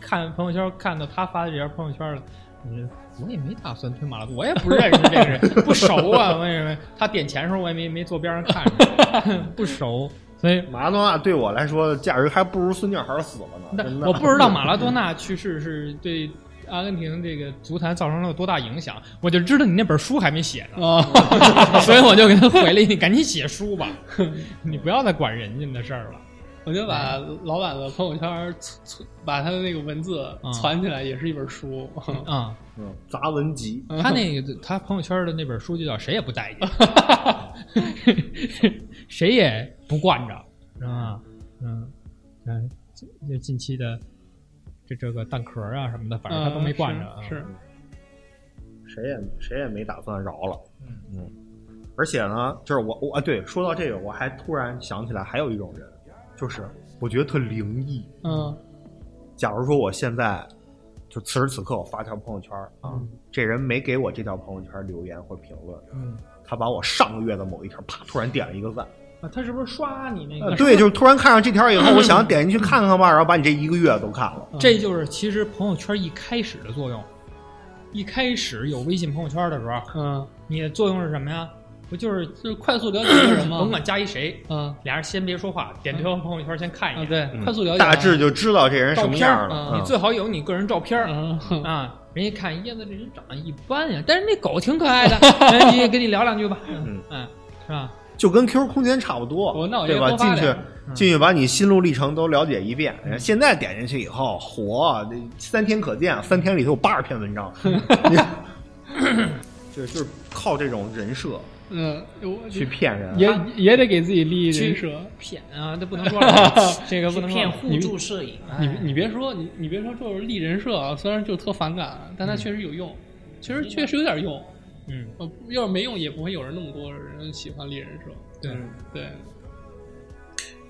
[SPEAKER 2] 看朋友圈，看到他发的这条朋友圈了。嗯我也没打算推马拉多，我也不认识这个人，不熟啊。为什么他点钱的时候，我也没没坐边上看着， 不熟，所以
[SPEAKER 5] 马拉多纳对我来说，价值还不如孙健孩死了呢。真
[SPEAKER 2] 那
[SPEAKER 5] 的
[SPEAKER 2] 我不知道马拉多纳去世是对阿根廷这个足坛造成了多大影响，我就知道你那本书还没写呢，
[SPEAKER 3] 啊，
[SPEAKER 2] 所以我就给他回了一句：“赶紧写书吧， 你不要再管人家的事儿了。
[SPEAKER 3] 我觉得把老板的朋友圈存存，把他的那个文字
[SPEAKER 2] 嗯
[SPEAKER 3] 攒起来，也是一本书。嗯
[SPEAKER 2] 啊、
[SPEAKER 5] 嗯杂文集，
[SPEAKER 2] 他那个他朋友圈的那本书就叫“谁也不待 见”，谁也不惯着，是吧？嗯嗯，就就近期的这这个蛋壳啊什么的，反正他都没
[SPEAKER 3] 嗯
[SPEAKER 2] 惯着啊。
[SPEAKER 3] 是是
[SPEAKER 5] 谁也谁也没打算饶了。
[SPEAKER 2] 嗯
[SPEAKER 5] 而且呢，就是我我啊，对，说到这个，我还突然想起来，还有一种人，就是我觉得特灵异。
[SPEAKER 3] 嗯
[SPEAKER 5] 假如说我现在就此时此刻我发条朋友圈啊，这人没给我这条朋友圈留言或评论，
[SPEAKER 2] 嗯
[SPEAKER 5] 他把我上个月的某一条啪突然点了一个赞，
[SPEAKER 2] 啊，他是不是刷你那
[SPEAKER 5] 呃对，就是突然看上这条以后，我想点进去看看吧，然后把你这一个月都看了。
[SPEAKER 2] 嗯
[SPEAKER 3] 嗯
[SPEAKER 2] 这就是其实朋友圈一开始的作用。一开始有微信朋友圈的时候，
[SPEAKER 3] 嗯，
[SPEAKER 2] 你的作用是什么呀？不就是
[SPEAKER 3] 就是快速了解一个人嘛。
[SPEAKER 2] 甭管加一谁，
[SPEAKER 3] 嗯
[SPEAKER 2] 俩人先别说话，点对方朋友圈先看一
[SPEAKER 3] 啊，
[SPEAKER 2] 眼，
[SPEAKER 3] 对，
[SPEAKER 5] 嗯
[SPEAKER 3] 快速了解
[SPEAKER 5] 大致就知道这人什
[SPEAKER 2] 照
[SPEAKER 5] 么
[SPEAKER 2] 片
[SPEAKER 5] 样
[SPEAKER 2] 儿啊
[SPEAKER 5] 了。嗯
[SPEAKER 2] 你最好有你个人照片儿
[SPEAKER 3] 嗯哼
[SPEAKER 2] 啊。人家看，叶子这人长得一般呀，但是那狗挺可爱的，哎你跟你聊两句吧，嗯
[SPEAKER 5] 嗯，
[SPEAKER 2] 嗯是吧？
[SPEAKER 5] 就跟 QQ 空间差不多
[SPEAKER 3] 我那，我
[SPEAKER 5] 对
[SPEAKER 3] 也
[SPEAKER 5] 吧？
[SPEAKER 3] 多
[SPEAKER 5] 进
[SPEAKER 3] 发
[SPEAKER 5] 去
[SPEAKER 3] 点
[SPEAKER 2] 嗯
[SPEAKER 5] 进去把你心路历程都了解一遍。现在点进去以后，火三天可见，三天里头有八十 篇文章，你就是就是靠这种人设
[SPEAKER 3] 嗯，我
[SPEAKER 5] 去骗人。
[SPEAKER 3] 也也得给自己立
[SPEAKER 2] 去
[SPEAKER 3] 人设。
[SPEAKER 2] 骗啊，这不能说了，这个不
[SPEAKER 4] 去
[SPEAKER 2] 能说
[SPEAKER 4] 骗
[SPEAKER 2] 了。
[SPEAKER 4] 互助摄影，
[SPEAKER 3] 你
[SPEAKER 4] 哎
[SPEAKER 3] 你别说，你你别说，就是立人设啊，虽然就特反感，但它确实有用，确实确实有点用。
[SPEAKER 2] 嗯，
[SPEAKER 3] 呃，要是没用，也不会有人那么多人喜欢立人设。
[SPEAKER 2] 对，
[SPEAKER 3] 对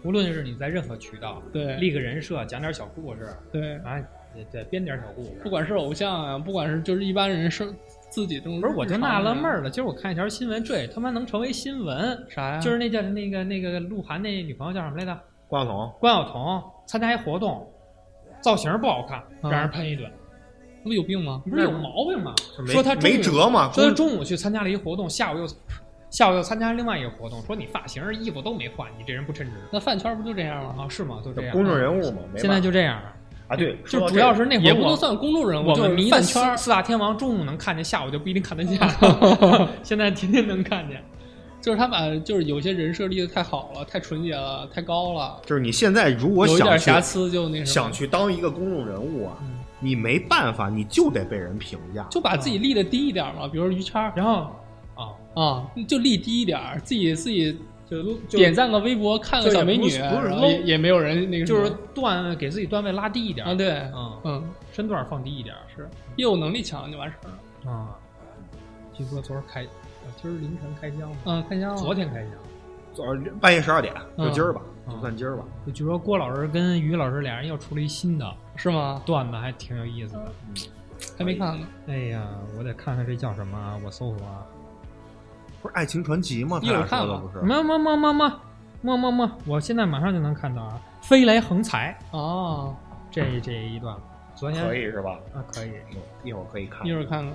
[SPEAKER 2] 无论是你在任何渠道，
[SPEAKER 3] 对
[SPEAKER 2] 立个人设，讲点小故事，
[SPEAKER 3] 对，
[SPEAKER 2] 啊，对对，编点小故事
[SPEAKER 3] 不。管是偶像啊，不管是就是一般人生自己这种日
[SPEAKER 2] 不是，
[SPEAKER 3] 常啊的，
[SPEAKER 2] 我就纳了闷儿了。今儿我看一条新闻，这也他妈能成为新闻？
[SPEAKER 3] 啥呀？
[SPEAKER 2] 就是那叫那个那个鹿晗那女朋友叫什么来着？
[SPEAKER 5] 关晓彤，
[SPEAKER 2] 关晓彤参加一活动，造型不好看，
[SPEAKER 3] 啊
[SPEAKER 2] 让人喷一顿。
[SPEAKER 3] 不有病吗？
[SPEAKER 2] 不是有毛病吗？
[SPEAKER 5] 没
[SPEAKER 2] 说他中午
[SPEAKER 5] 没辙嘛，
[SPEAKER 2] 说他中午去参加了一活动，下午又下午又参加另外一个活动，说你发型衣服都没换，你这人不称职
[SPEAKER 3] 那饭圈不就这样吗？
[SPEAKER 2] 啊？是吗？都这样。
[SPEAKER 5] 公众人物嘛，没
[SPEAKER 2] 现在
[SPEAKER 5] 办
[SPEAKER 2] 就这样，
[SPEAKER 5] 法啊，对，说
[SPEAKER 2] 就
[SPEAKER 5] 到
[SPEAKER 2] 主
[SPEAKER 5] 这
[SPEAKER 2] 要
[SPEAKER 5] 个
[SPEAKER 2] 是那会
[SPEAKER 3] 也
[SPEAKER 2] 儿
[SPEAKER 3] 不能
[SPEAKER 2] 我。
[SPEAKER 3] 算公众人物，
[SPEAKER 2] 我们
[SPEAKER 3] 就是
[SPEAKER 2] 迷
[SPEAKER 3] 饭
[SPEAKER 2] 的
[SPEAKER 3] 圈
[SPEAKER 2] 四
[SPEAKER 3] 儿，
[SPEAKER 2] 四大天王中午能看见，下午就不一定看得见 了。现在天天能看见，
[SPEAKER 3] 就是他把就是有些人设立的太好了，太纯洁了，太高了，
[SPEAKER 5] 就是你现在如果
[SPEAKER 3] 有一
[SPEAKER 5] 想
[SPEAKER 3] 点瑕
[SPEAKER 5] 去
[SPEAKER 3] 疵就那什么，
[SPEAKER 5] 想去当一个公众人物啊，
[SPEAKER 2] 嗯
[SPEAKER 5] 你没办法，你就得被人评价。
[SPEAKER 3] 就把自己立的低一点嘛，比如于谦儿
[SPEAKER 2] 然后啊，
[SPEAKER 3] 啊，就立低一点儿，自己自己
[SPEAKER 2] 就就
[SPEAKER 3] 点赞个微博，看个
[SPEAKER 2] 就
[SPEAKER 3] 小
[SPEAKER 2] 也
[SPEAKER 3] 美
[SPEAKER 2] 不
[SPEAKER 3] 女，
[SPEAKER 2] 是不是
[SPEAKER 3] 然后也
[SPEAKER 2] low
[SPEAKER 3] 也没有人那个什
[SPEAKER 2] 就
[SPEAKER 3] 么
[SPEAKER 2] 是段给自己段位拉低一点儿
[SPEAKER 3] 啊，对，
[SPEAKER 2] 嗯，
[SPEAKER 3] 嗯，
[SPEAKER 2] 身段放低一点儿
[SPEAKER 3] 是业务能力强就完事儿了。
[SPEAKER 2] 啊。据说昨儿开，呃今儿凌晨开箱嘛，
[SPEAKER 3] 嗯，开箱了，
[SPEAKER 2] 昨天开箱。
[SPEAKER 5] 昨儿呃半夜十二点，就
[SPEAKER 3] 嗯
[SPEAKER 5] 今儿吧，
[SPEAKER 2] 嗯
[SPEAKER 5] 就算今儿吧。
[SPEAKER 2] 就据说郭老师跟于老师俩人又出了一新的
[SPEAKER 3] 是吗？
[SPEAKER 2] 段子，还挺有意思的。
[SPEAKER 3] 还没看呢，
[SPEAKER 2] 哎呀，我得看看这叫什么啊，我搜搜啊。
[SPEAKER 5] 不是《爱情传奇》吗？
[SPEAKER 3] 一
[SPEAKER 5] 他
[SPEAKER 3] 会儿
[SPEAKER 5] 俩说
[SPEAKER 3] 看
[SPEAKER 5] 的
[SPEAKER 3] 吧
[SPEAKER 5] 不是。
[SPEAKER 2] 么么么么么么么么，我现在马上就能看到啊！飞来横财，
[SPEAKER 3] 哦，
[SPEAKER 2] 这这一段，昨天
[SPEAKER 5] 可以是吧？
[SPEAKER 2] 啊，可以。
[SPEAKER 5] 一会儿可以看
[SPEAKER 3] 一。会儿看看。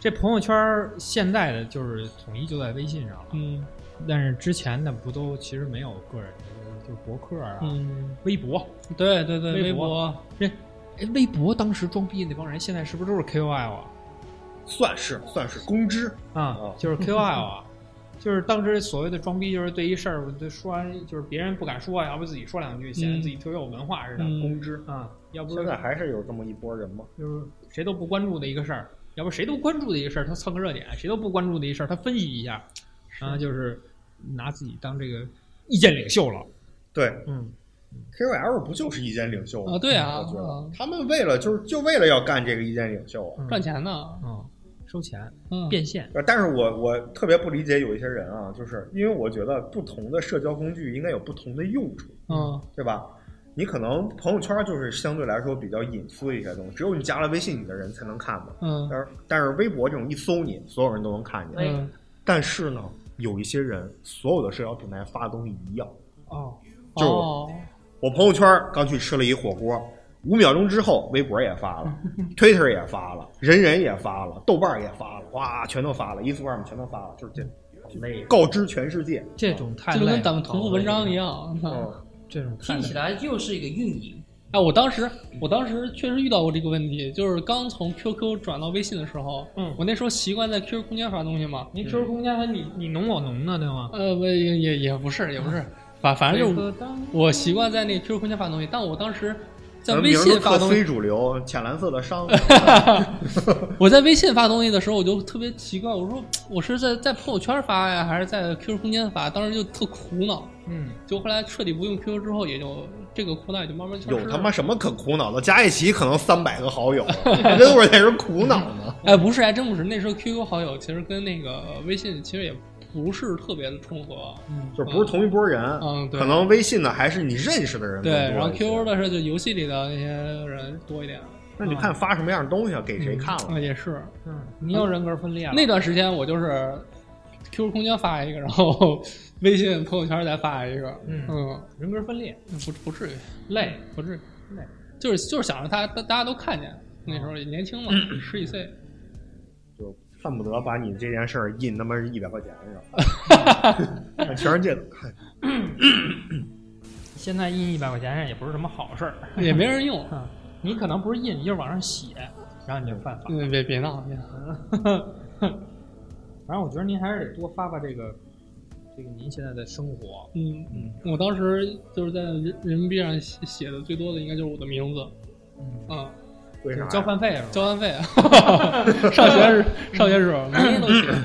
[SPEAKER 2] 这朋友圈儿现在的就是统一就在微信上了，
[SPEAKER 3] 嗯
[SPEAKER 2] 但是之前的不都其实没有个人的，就是博客啊、
[SPEAKER 3] 嗯，
[SPEAKER 2] 微博。
[SPEAKER 3] 对对对，
[SPEAKER 2] 微
[SPEAKER 3] 微
[SPEAKER 2] 博这哎，微博当时装逼那帮人，现在是不是都是 KOL 啊？
[SPEAKER 5] 算是算是公知，
[SPEAKER 2] 啊
[SPEAKER 5] 哦，
[SPEAKER 2] 就是 KOL 啊，就是当时所谓的装逼，就是对一事儿就说完，就是别人不敢说，要不自己说两句，显得
[SPEAKER 3] 嗯
[SPEAKER 2] 自己特有文化似的
[SPEAKER 3] 嗯
[SPEAKER 5] 知。
[SPEAKER 2] 啊，要不
[SPEAKER 5] 现在
[SPEAKER 2] 是
[SPEAKER 5] 还是有这么一波人吗？
[SPEAKER 2] 就是谁都不关注的一个事儿，要不谁都关注的一个事儿，他蹭个热点；谁都不关注的一事儿，他分析一下，啊，就是拿自己当这个意见领袖了。
[SPEAKER 5] 对
[SPEAKER 2] 嗯，
[SPEAKER 5] ，KOL 不就是意见领袖吗
[SPEAKER 3] 啊，？对啊，
[SPEAKER 5] 我觉得
[SPEAKER 3] 啊
[SPEAKER 5] 他们为了就是就为了要干这个意见领袖啊。
[SPEAKER 3] 赚钱呢，
[SPEAKER 2] 嗯，收钱
[SPEAKER 3] 嗯，
[SPEAKER 2] 变现，
[SPEAKER 5] 呃但是我我特别不理解有一些人啊，就是因为我觉得不同的社交工具应该有不同的用处，
[SPEAKER 3] 嗯，
[SPEAKER 5] 对吧？你可能朋友圈就是相对来说比较隐私的一些东西，只有你加了微信你的人才能看嘛。
[SPEAKER 3] 嗯
[SPEAKER 5] 但是但是微博这种一搜你，所有人都能看见。
[SPEAKER 3] 嗯，
[SPEAKER 5] 但是呢，有一些人所有的社交平台发的东西一样，
[SPEAKER 2] 哦，
[SPEAKER 5] 就是
[SPEAKER 3] 哦，
[SPEAKER 5] 我朋友圈刚去吃了一火锅，五秒钟之后，微博也发 了，Twitter 也发了，人人也发了，豆瓣也发了，哇，全都发了，Instagram 全都发了，就是这
[SPEAKER 4] 累
[SPEAKER 5] 告知全世界。
[SPEAKER 2] 这种太
[SPEAKER 3] 这就
[SPEAKER 2] 累
[SPEAKER 3] 跟
[SPEAKER 2] 了
[SPEAKER 3] 咱们同步文章一，样，你看
[SPEAKER 5] 嗯，
[SPEAKER 2] 这种太
[SPEAKER 4] 听
[SPEAKER 2] 累
[SPEAKER 4] 起
[SPEAKER 2] 了
[SPEAKER 4] 来又是一个运营，
[SPEAKER 3] 哎，我当时，我当时确实遇到过这个问题，就是刚从 QQ 转到微信的时候，
[SPEAKER 2] 嗯
[SPEAKER 3] 我那时候习惯在 QQ 空间发东西嘛，
[SPEAKER 2] 您 QQ 空间还你你侬我侬呢，对吗？
[SPEAKER 3] 呃，我也也也不是，也不是，反反正就是我习惯在那 QQ 空间发东西，但我当时在微信发
[SPEAKER 5] 特
[SPEAKER 3] 东
[SPEAKER 5] 非
[SPEAKER 3] 西，
[SPEAKER 5] 主流，浅蓝色的商。
[SPEAKER 3] 我在微信发东西的时候，我就特别奇怪，我说我是在在朋友圈发呀，还是在 QQ 空间发？当时就特苦恼，
[SPEAKER 2] 嗯，
[SPEAKER 3] 就后来彻底不用 QQ 之后，也就这个苦恼也就慢慢消失
[SPEAKER 5] 有
[SPEAKER 3] 了。
[SPEAKER 5] 他妈什么可苦恼的？加一起可能三百个 好友，那会儿在这苦恼呢。
[SPEAKER 3] 哎，不是，还真不是。那时候 QQ 好友其实跟那个微信其实也不是特别的重合，
[SPEAKER 5] 就不是同一拨人，
[SPEAKER 3] 嗯对
[SPEAKER 5] 可能微信呢还是你认识的人
[SPEAKER 3] 对。然后 QQ 的
[SPEAKER 5] 的，
[SPEAKER 3] 是就游戏里的那些人多一点，
[SPEAKER 5] 那你
[SPEAKER 3] 嗯
[SPEAKER 5] 看发什么样的东西，给谁看
[SPEAKER 3] 啊
[SPEAKER 5] 了？
[SPEAKER 3] 也是。
[SPEAKER 2] 嗯，你又人格分裂了。
[SPEAKER 3] 那段时间我就是 QQ 空间发一个，然后 微信朋友圈再发一个，
[SPEAKER 2] 嗯
[SPEAKER 3] 嗯，
[SPEAKER 2] 人格分裂
[SPEAKER 3] 不不至于，
[SPEAKER 2] 累，
[SPEAKER 3] 不至于，
[SPEAKER 2] 累
[SPEAKER 3] 就是就是想着大家大家都看见，那时候也年 轻嘛，十几岁，
[SPEAKER 5] 就恨不得把你这件事儿印他妈一百块 钱上，全世界都看。
[SPEAKER 2] 现在印一百块钱也不是什么好事儿。
[SPEAKER 3] 也没人 用，
[SPEAKER 2] 嗯，你可能不是印，你就是往上写，然后你就犯法。
[SPEAKER 3] 嗯，别别闹，别闹，
[SPEAKER 2] 反正我觉得您还是得多发发这个，这个您现在的生活。
[SPEAKER 3] 嗯嗯，我当时就是在人人民币上写写的最多的应该就是我的名字，
[SPEAKER 2] 嗯，
[SPEAKER 3] 啊，
[SPEAKER 5] 为啥呀？
[SPEAKER 2] 交饭费是吧？
[SPEAKER 3] 交完费，啊 上学时上学时候每个人都写。嗯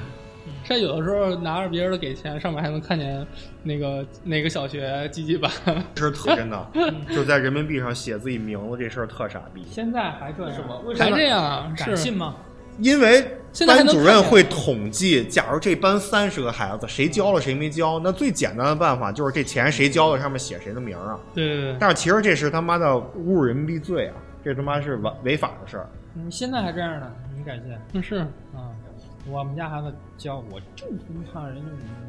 [SPEAKER 3] 甚至有的时候拿着别人的给钱，上面还能看见那个哪个小学几几班，
[SPEAKER 5] 是特真的，
[SPEAKER 3] 嗯
[SPEAKER 5] 就在人民币上写自己名字这事儿特傻逼，
[SPEAKER 2] 现在还这样吗？为
[SPEAKER 3] 还这？样啊？
[SPEAKER 2] 敢信
[SPEAKER 3] 是
[SPEAKER 2] 吗？
[SPEAKER 5] 因为
[SPEAKER 3] 现在还
[SPEAKER 5] 班
[SPEAKER 3] 能
[SPEAKER 5] 主任会统计，假如这班三十个孩子，
[SPEAKER 3] 嗯
[SPEAKER 5] 谁交了谁没交，那最简单的办法就是这钱谁交了，上面写谁的名儿啊。
[SPEAKER 3] 对对对，
[SPEAKER 5] 但是其实这是他妈的侮辱人民币罪啊，这他妈是违违法的事儿。
[SPEAKER 2] 你现在还这样呢？你敢信？
[SPEAKER 3] 那是
[SPEAKER 2] 啊，我们家孩子教我就不怕人，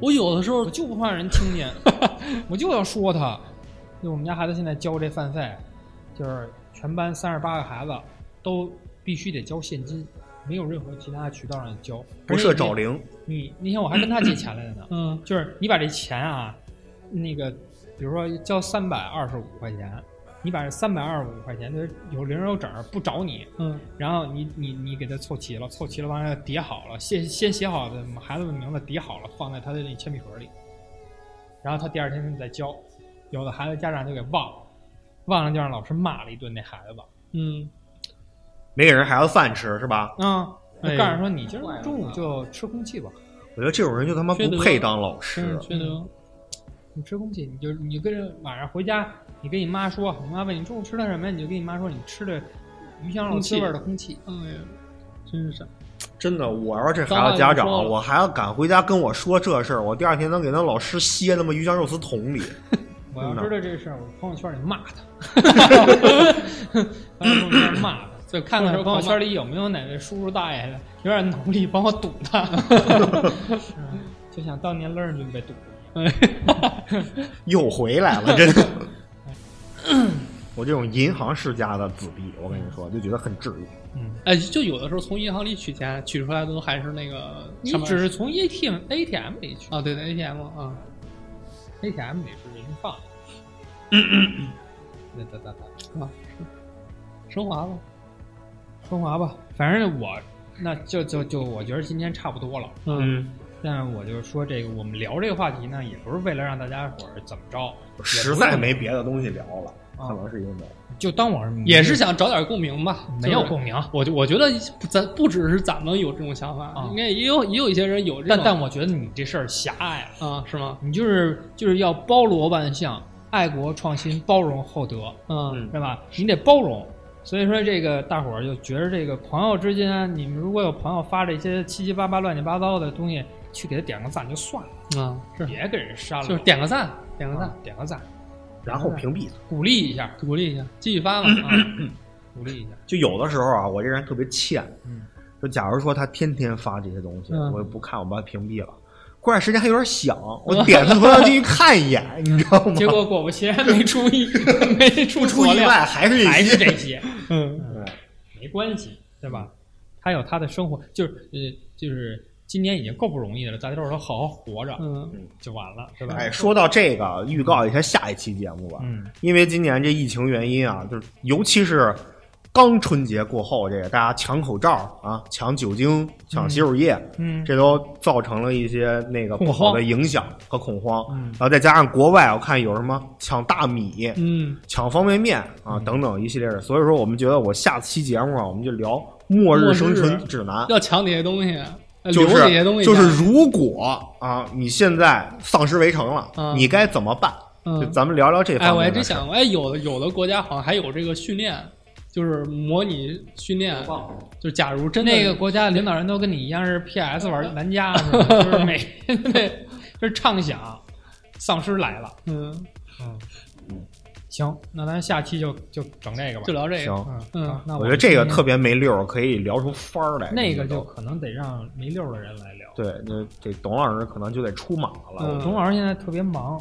[SPEAKER 3] 我有的时候
[SPEAKER 2] 我就不怕人听 见，我就要说他。就我们家孩子现在交这饭费，就是全班三十八个孩子都必须得交现金，没有任何其他渠道让你交，
[SPEAKER 5] 不设找。零，
[SPEAKER 2] 你那天我还跟他借钱来的呢，
[SPEAKER 3] 嗯
[SPEAKER 2] 就是你把这钱啊，那个比如说交三百二十五块钱，你把这三百二十五块钱就是有零有整儿不找你，
[SPEAKER 3] 嗯
[SPEAKER 2] 然后你你你给他凑齐了，凑齐了完了叠好了，先先写好的孩子的名字叠好了，放在他的那铅笔盒里，然后他第二天再交，有的孩子家长就给忘了，忘了就让老师骂了一顿那孩子，
[SPEAKER 3] 嗯，
[SPEAKER 5] 没给人孩子饭吃是吧？
[SPEAKER 2] 啊，
[SPEAKER 3] 哎啊
[SPEAKER 2] 就告诉说你今儿中午就吃空气吧，
[SPEAKER 5] 我觉得这种人就他妈不配当老
[SPEAKER 3] 真
[SPEAKER 5] 师
[SPEAKER 3] 是。缺德。
[SPEAKER 2] 你吃空气，你就你跟人晚上回家，你跟你妈说，你妈问你中午吃的什么，你就跟你妈说你吃的鱼香肉丝味儿的空气。
[SPEAKER 3] 哎呀，真是
[SPEAKER 5] 真的，我要是这孩子家长，我还要敢回家跟我说这事儿，我第二天能给那老师歇他妈鱼香肉丝桶里。
[SPEAKER 2] 我要
[SPEAKER 5] 嗯呐
[SPEAKER 2] 知道这事儿，我朋友圈里骂他，当时朋友圈骂他，
[SPEAKER 3] 就看
[SPEAKER 2] 看
[SPEAKER 3] 的
[SPEAKER 2] 看
[SPEAKER 3] 时
[SPEAKER 2] 朋
[SPEAKER 3] 候
[SPEAKER 2] 友圈
[SPEAKER 3] 里
[SPEAKER 2] 里有没有哪位叔叔大爷的有点能力帮我堵他，嗯就像当年勒人军被堵了一样。
[SPEAKER 5] 又回来了，真的。我这种银行世家的子弟，我跟你说，就觉得很治愈。
[SPEAKER 3] 哎，就有的时候从银行里取钱取出来的都还是那个
[SPEAKER 2] 你
[SPEAKER 3] 上面
[SPEAKER 2] 只是从 ATM ATM 里去
[SPEAKER 3] 啊，对对 ATM 啊，
[SPEAKER 2] ，ATM 里是人放的。那咋咋咋？
[SPEAKER 3] 升华吧，
[SPEAKER 2] 升华吧，反正我那就就就我觉得今天差不多了。
[SPEAKER 5] 嗯，
[SPEAKER 2] 但是我就说这个，我们聊这个话题呢，也不是为了让大家伙儿怎么着，
[SPEAKER 5] 实在没别的东西聊了，
[SPEAKER 2] 啊
[SPEAKER 5] 可能是因为
[SPEAKER 2] 就当我是
[SPEAKER 3] 也是想找点共鸣吧，
[SPEAKER 2] 没有
[SPEAKER 3] 就是
[SPEAKER 2] 共鸣，
[SPEAKER 3] 我就我觉得不咱不只是咱们有这种想法，
[SPEAKER 2] 啊
[SPEAKER 3] 应该也有也有一些人有这
[SPEAKER 2] 但
[SPEAKER 3] 种。
[SPEAKER 2] 但我觉得你这事儿狭隘了，
[SPEAKER 3] 啊、是吗？
[SPEAKER 2] 你就是就是要包罗万象，爱国创新，包容厚德，
[SPEAKER 3] 嗯，
[SPEAKER 2] 对吧？你得包容。所以说，这个大伙儿就觉着这个朋友之间，啊你们如果有朋友发这些七七八八、乱七八糟的东西，去给他点个赞就算了，
[SPEAKER 3] 啊，是，
[SPEAKER 2] 别给人删了，
[SPEAKER 3] 就是点个赞，点个
[SPEAKER 2] 个
[SPEAKER 3] 赞，
[SPEAKER 2] 赞，点个赞，
[SPEAKER 5] 然
[SPEAKER 2] 嗯
[SPEAKER 5] 后屏蔽他。
[SPEAKER 2] 鼓励一下，
[SPEAKER 3] 鼓励一下，继续发
[SPEAKER 5] 嗯
[SPEAKER 3] 嘛。啊，
[SPEAKER 2] 鼓励一下。
[SPEAKER 5] 就有的时候啊，我这人特别欠，
[SPEAKER 2] 嗯
[SPEAKER 5] 就假如说他天天发这些东西，
[SPEAKER 3] 嗯
[SPEAKER 5] 我也不看，我把他屏蔽了。过段时间还有点想， 我点开头要进去看一眼，你知道吗？
[SPEAKER 2] 结果果不其然，没出 意，没出
[SPEAKER 5] 嗯不出
[SPEAKER 2] 所
[SPEAKER 5] 意
[SPEAKER 2] 料，
[SPEAKER 5] 外还是
[SPEAKER 2] 还 是这些。
[SPEAKER 3] 嗯，
[SPEAKER 2] 没关系，对吧？他有他的生活，就是呃，就是今年已经够不容易的了，咱就是说好好活着，
[SPEAKER 3] 嗯，
[SPEAKER 2] 就完了，对吧？
[SPEAKER 5] 哎，说到这个，预告一下下一期节目吧。
[SPEAKER 2] 嗯，
[SPEAKER 5] 因为今年这疫情原因啊，就是尤其是刚春节过后，这个大家抢口罩啊、抢酒精、抢洗手液，
[SPEAKER 2] 嗯
[SPEAKER 5] 这都造成了一些那个不好的影响和恐慌。
[SPEAKER 2] 嗯
[SPEAKER 5] 然后再加上国外，我看有什么抢大米、
[SPEAKER 3] 嗯，
[SPEAKER 5] 抢方便面啊等等一系列的，所以说我们觉得我下期节目啊，我们就聊《末日生存指南》。
[SPEAKER 3] 要抢哪些东西，啊呃
[SPEAKER 5] 就
[SPEAKER 3] 留
[SPEAKER 5] 是
[SPEAKER 3] 哪些东西，
[SPEAKER 5] 就是如果啊，你现在丧尸围城了，
[SPEAKER 3] 嗯
[SPEAKER 5] 你该怎么办？
[SPEAKER 3] 嗯
[SPEAKER 5] 就咱们聊聊这
[SPEAKER 3] 哎，
[SPEAKER 5] 方面的事儿。
[SPEAKER 3] 我还真想过，哎，有的有的国家好像还有这个训练，就是模拟训练，就假如真的
[SPEAKER 2] 那个国家领导人都跟你一样是 PS 玩玩家 似的，就是每对，就是畅想，丧尸来了。
[SPEAKER 3] 嗯，
[SPEAKER 2] 行，那咱下期就就整这个吧。
[SPEAKER 3] 就聊这个，
[SPEAKER 5] 行，
[SPEAKER 2] 嗯
[SPEAKER 3] 嗯
[SPEAKER 2] 好那
[SPEAKER 5] 我觉得这个
[SPEAKER 2] 们今天
[SPEAKER 5] 特别没溜儿，可以聊出番儿来。
[SPEAKER 2] 那个
[SPEAKER 5] 这
[SPEAKER 2] 就
[SPEAKER 5] 都
[SPEAKER 2] 可能得让没溜儿的人来聊。
[SPEAKER 5] 对，那这董老师可能就得出马了，
[SPEAKER 3] 嗯
[SPEAKER 2] 董老师现在特别 忙，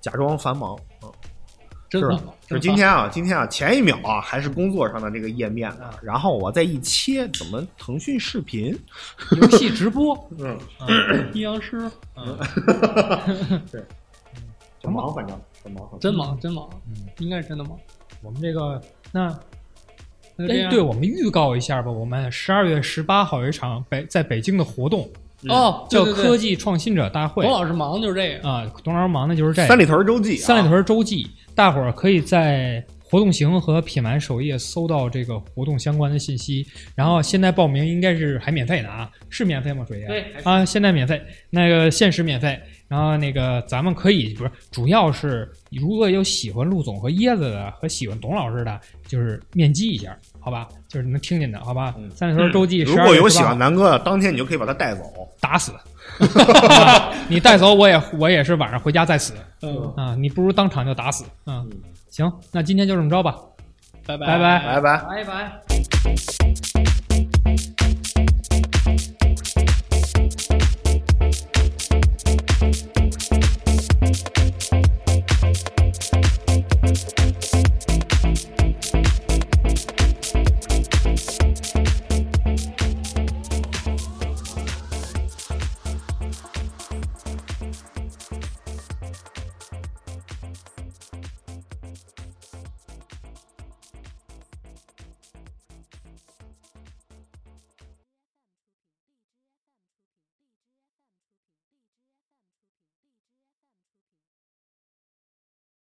[SPEAKER 5] 假装繁忙。嗯
[SPEAKER 3] 真
[SPEAKER 5] 是
[SPEAKER 3] 的
[SPEAKER 5] 吧，就是今天啊，今天啊，前一秒啊还是工作上的这个页面
[SPEAKER 2] 嗯
[SPEAKER 5] 呢，然后我再一切，怎么腾讯视频？
[SPEAKER 2] 游戏直播，啊
[SPEAKER 3] 阴阳师
[SPEAKER 2] 嗯
[SPEAKER 5] 就忙，反正就忙。反正
[SPEAKER 3] 真忙真忙，
[SPEAKER 5] 嗯
[SPEAKER 3] 应该是真的忙。
[SPEAKER 2] 我们这个那
[SPEAKER 3] 那就这
[SPEAKER 2] 哎，
[SPEAKER 3] 样
[SPEAKER 2] 对，我们预告一下吧，我们十二月十八号有一场北在北京的活动，
[SPEAKER 3] 哦，
[SPEAKER 2] 嗯叫
[SPEAKER 3] 对对对
[SPEAKER 2] 科技创新者大会
[SPEAKER 3] 董老师忙就是这个，
[SPEAKER 2] 啊。董老师忙的就是这个
[SPEAKER 5] 三里屯周记，啊
[SPEAKER 2] 三里，屯周记，大伙儿可以在活动型和品玩首页搜到这个活动相关的信息。然后现在报名应该是还免费呢啊，是免费吗？水爷
[SPEAKER 3] 对
[SPEAKER 2] 啊，现在免费，那个限时免费。然后那个咱们可以不是，主要是如果有喜欢陆总和椰子的和喜欢董老师的，就是面基一下，好吧？就是能听见的，好吧？三里屯周记，
[SPEAKER 5] 如果有喜欢南哥的，当天你就可以把他带走。
[SPEAKER 2] 打死， 啊你带走我也我也是晚上回家再死
[SPEAKER 3] 嗯，
[SPEAKER 2] 啊！你不如当场就打死啊！行，那今天就这么着吧，
[SPEAKER 3] 拜拜
[SPEAKER 2] 拜拜
[SPEAKER 5] 拜
[SPEAKER 2] 拜
[SPEAKER 5] 拜。
[SPEAKER 2] 拜。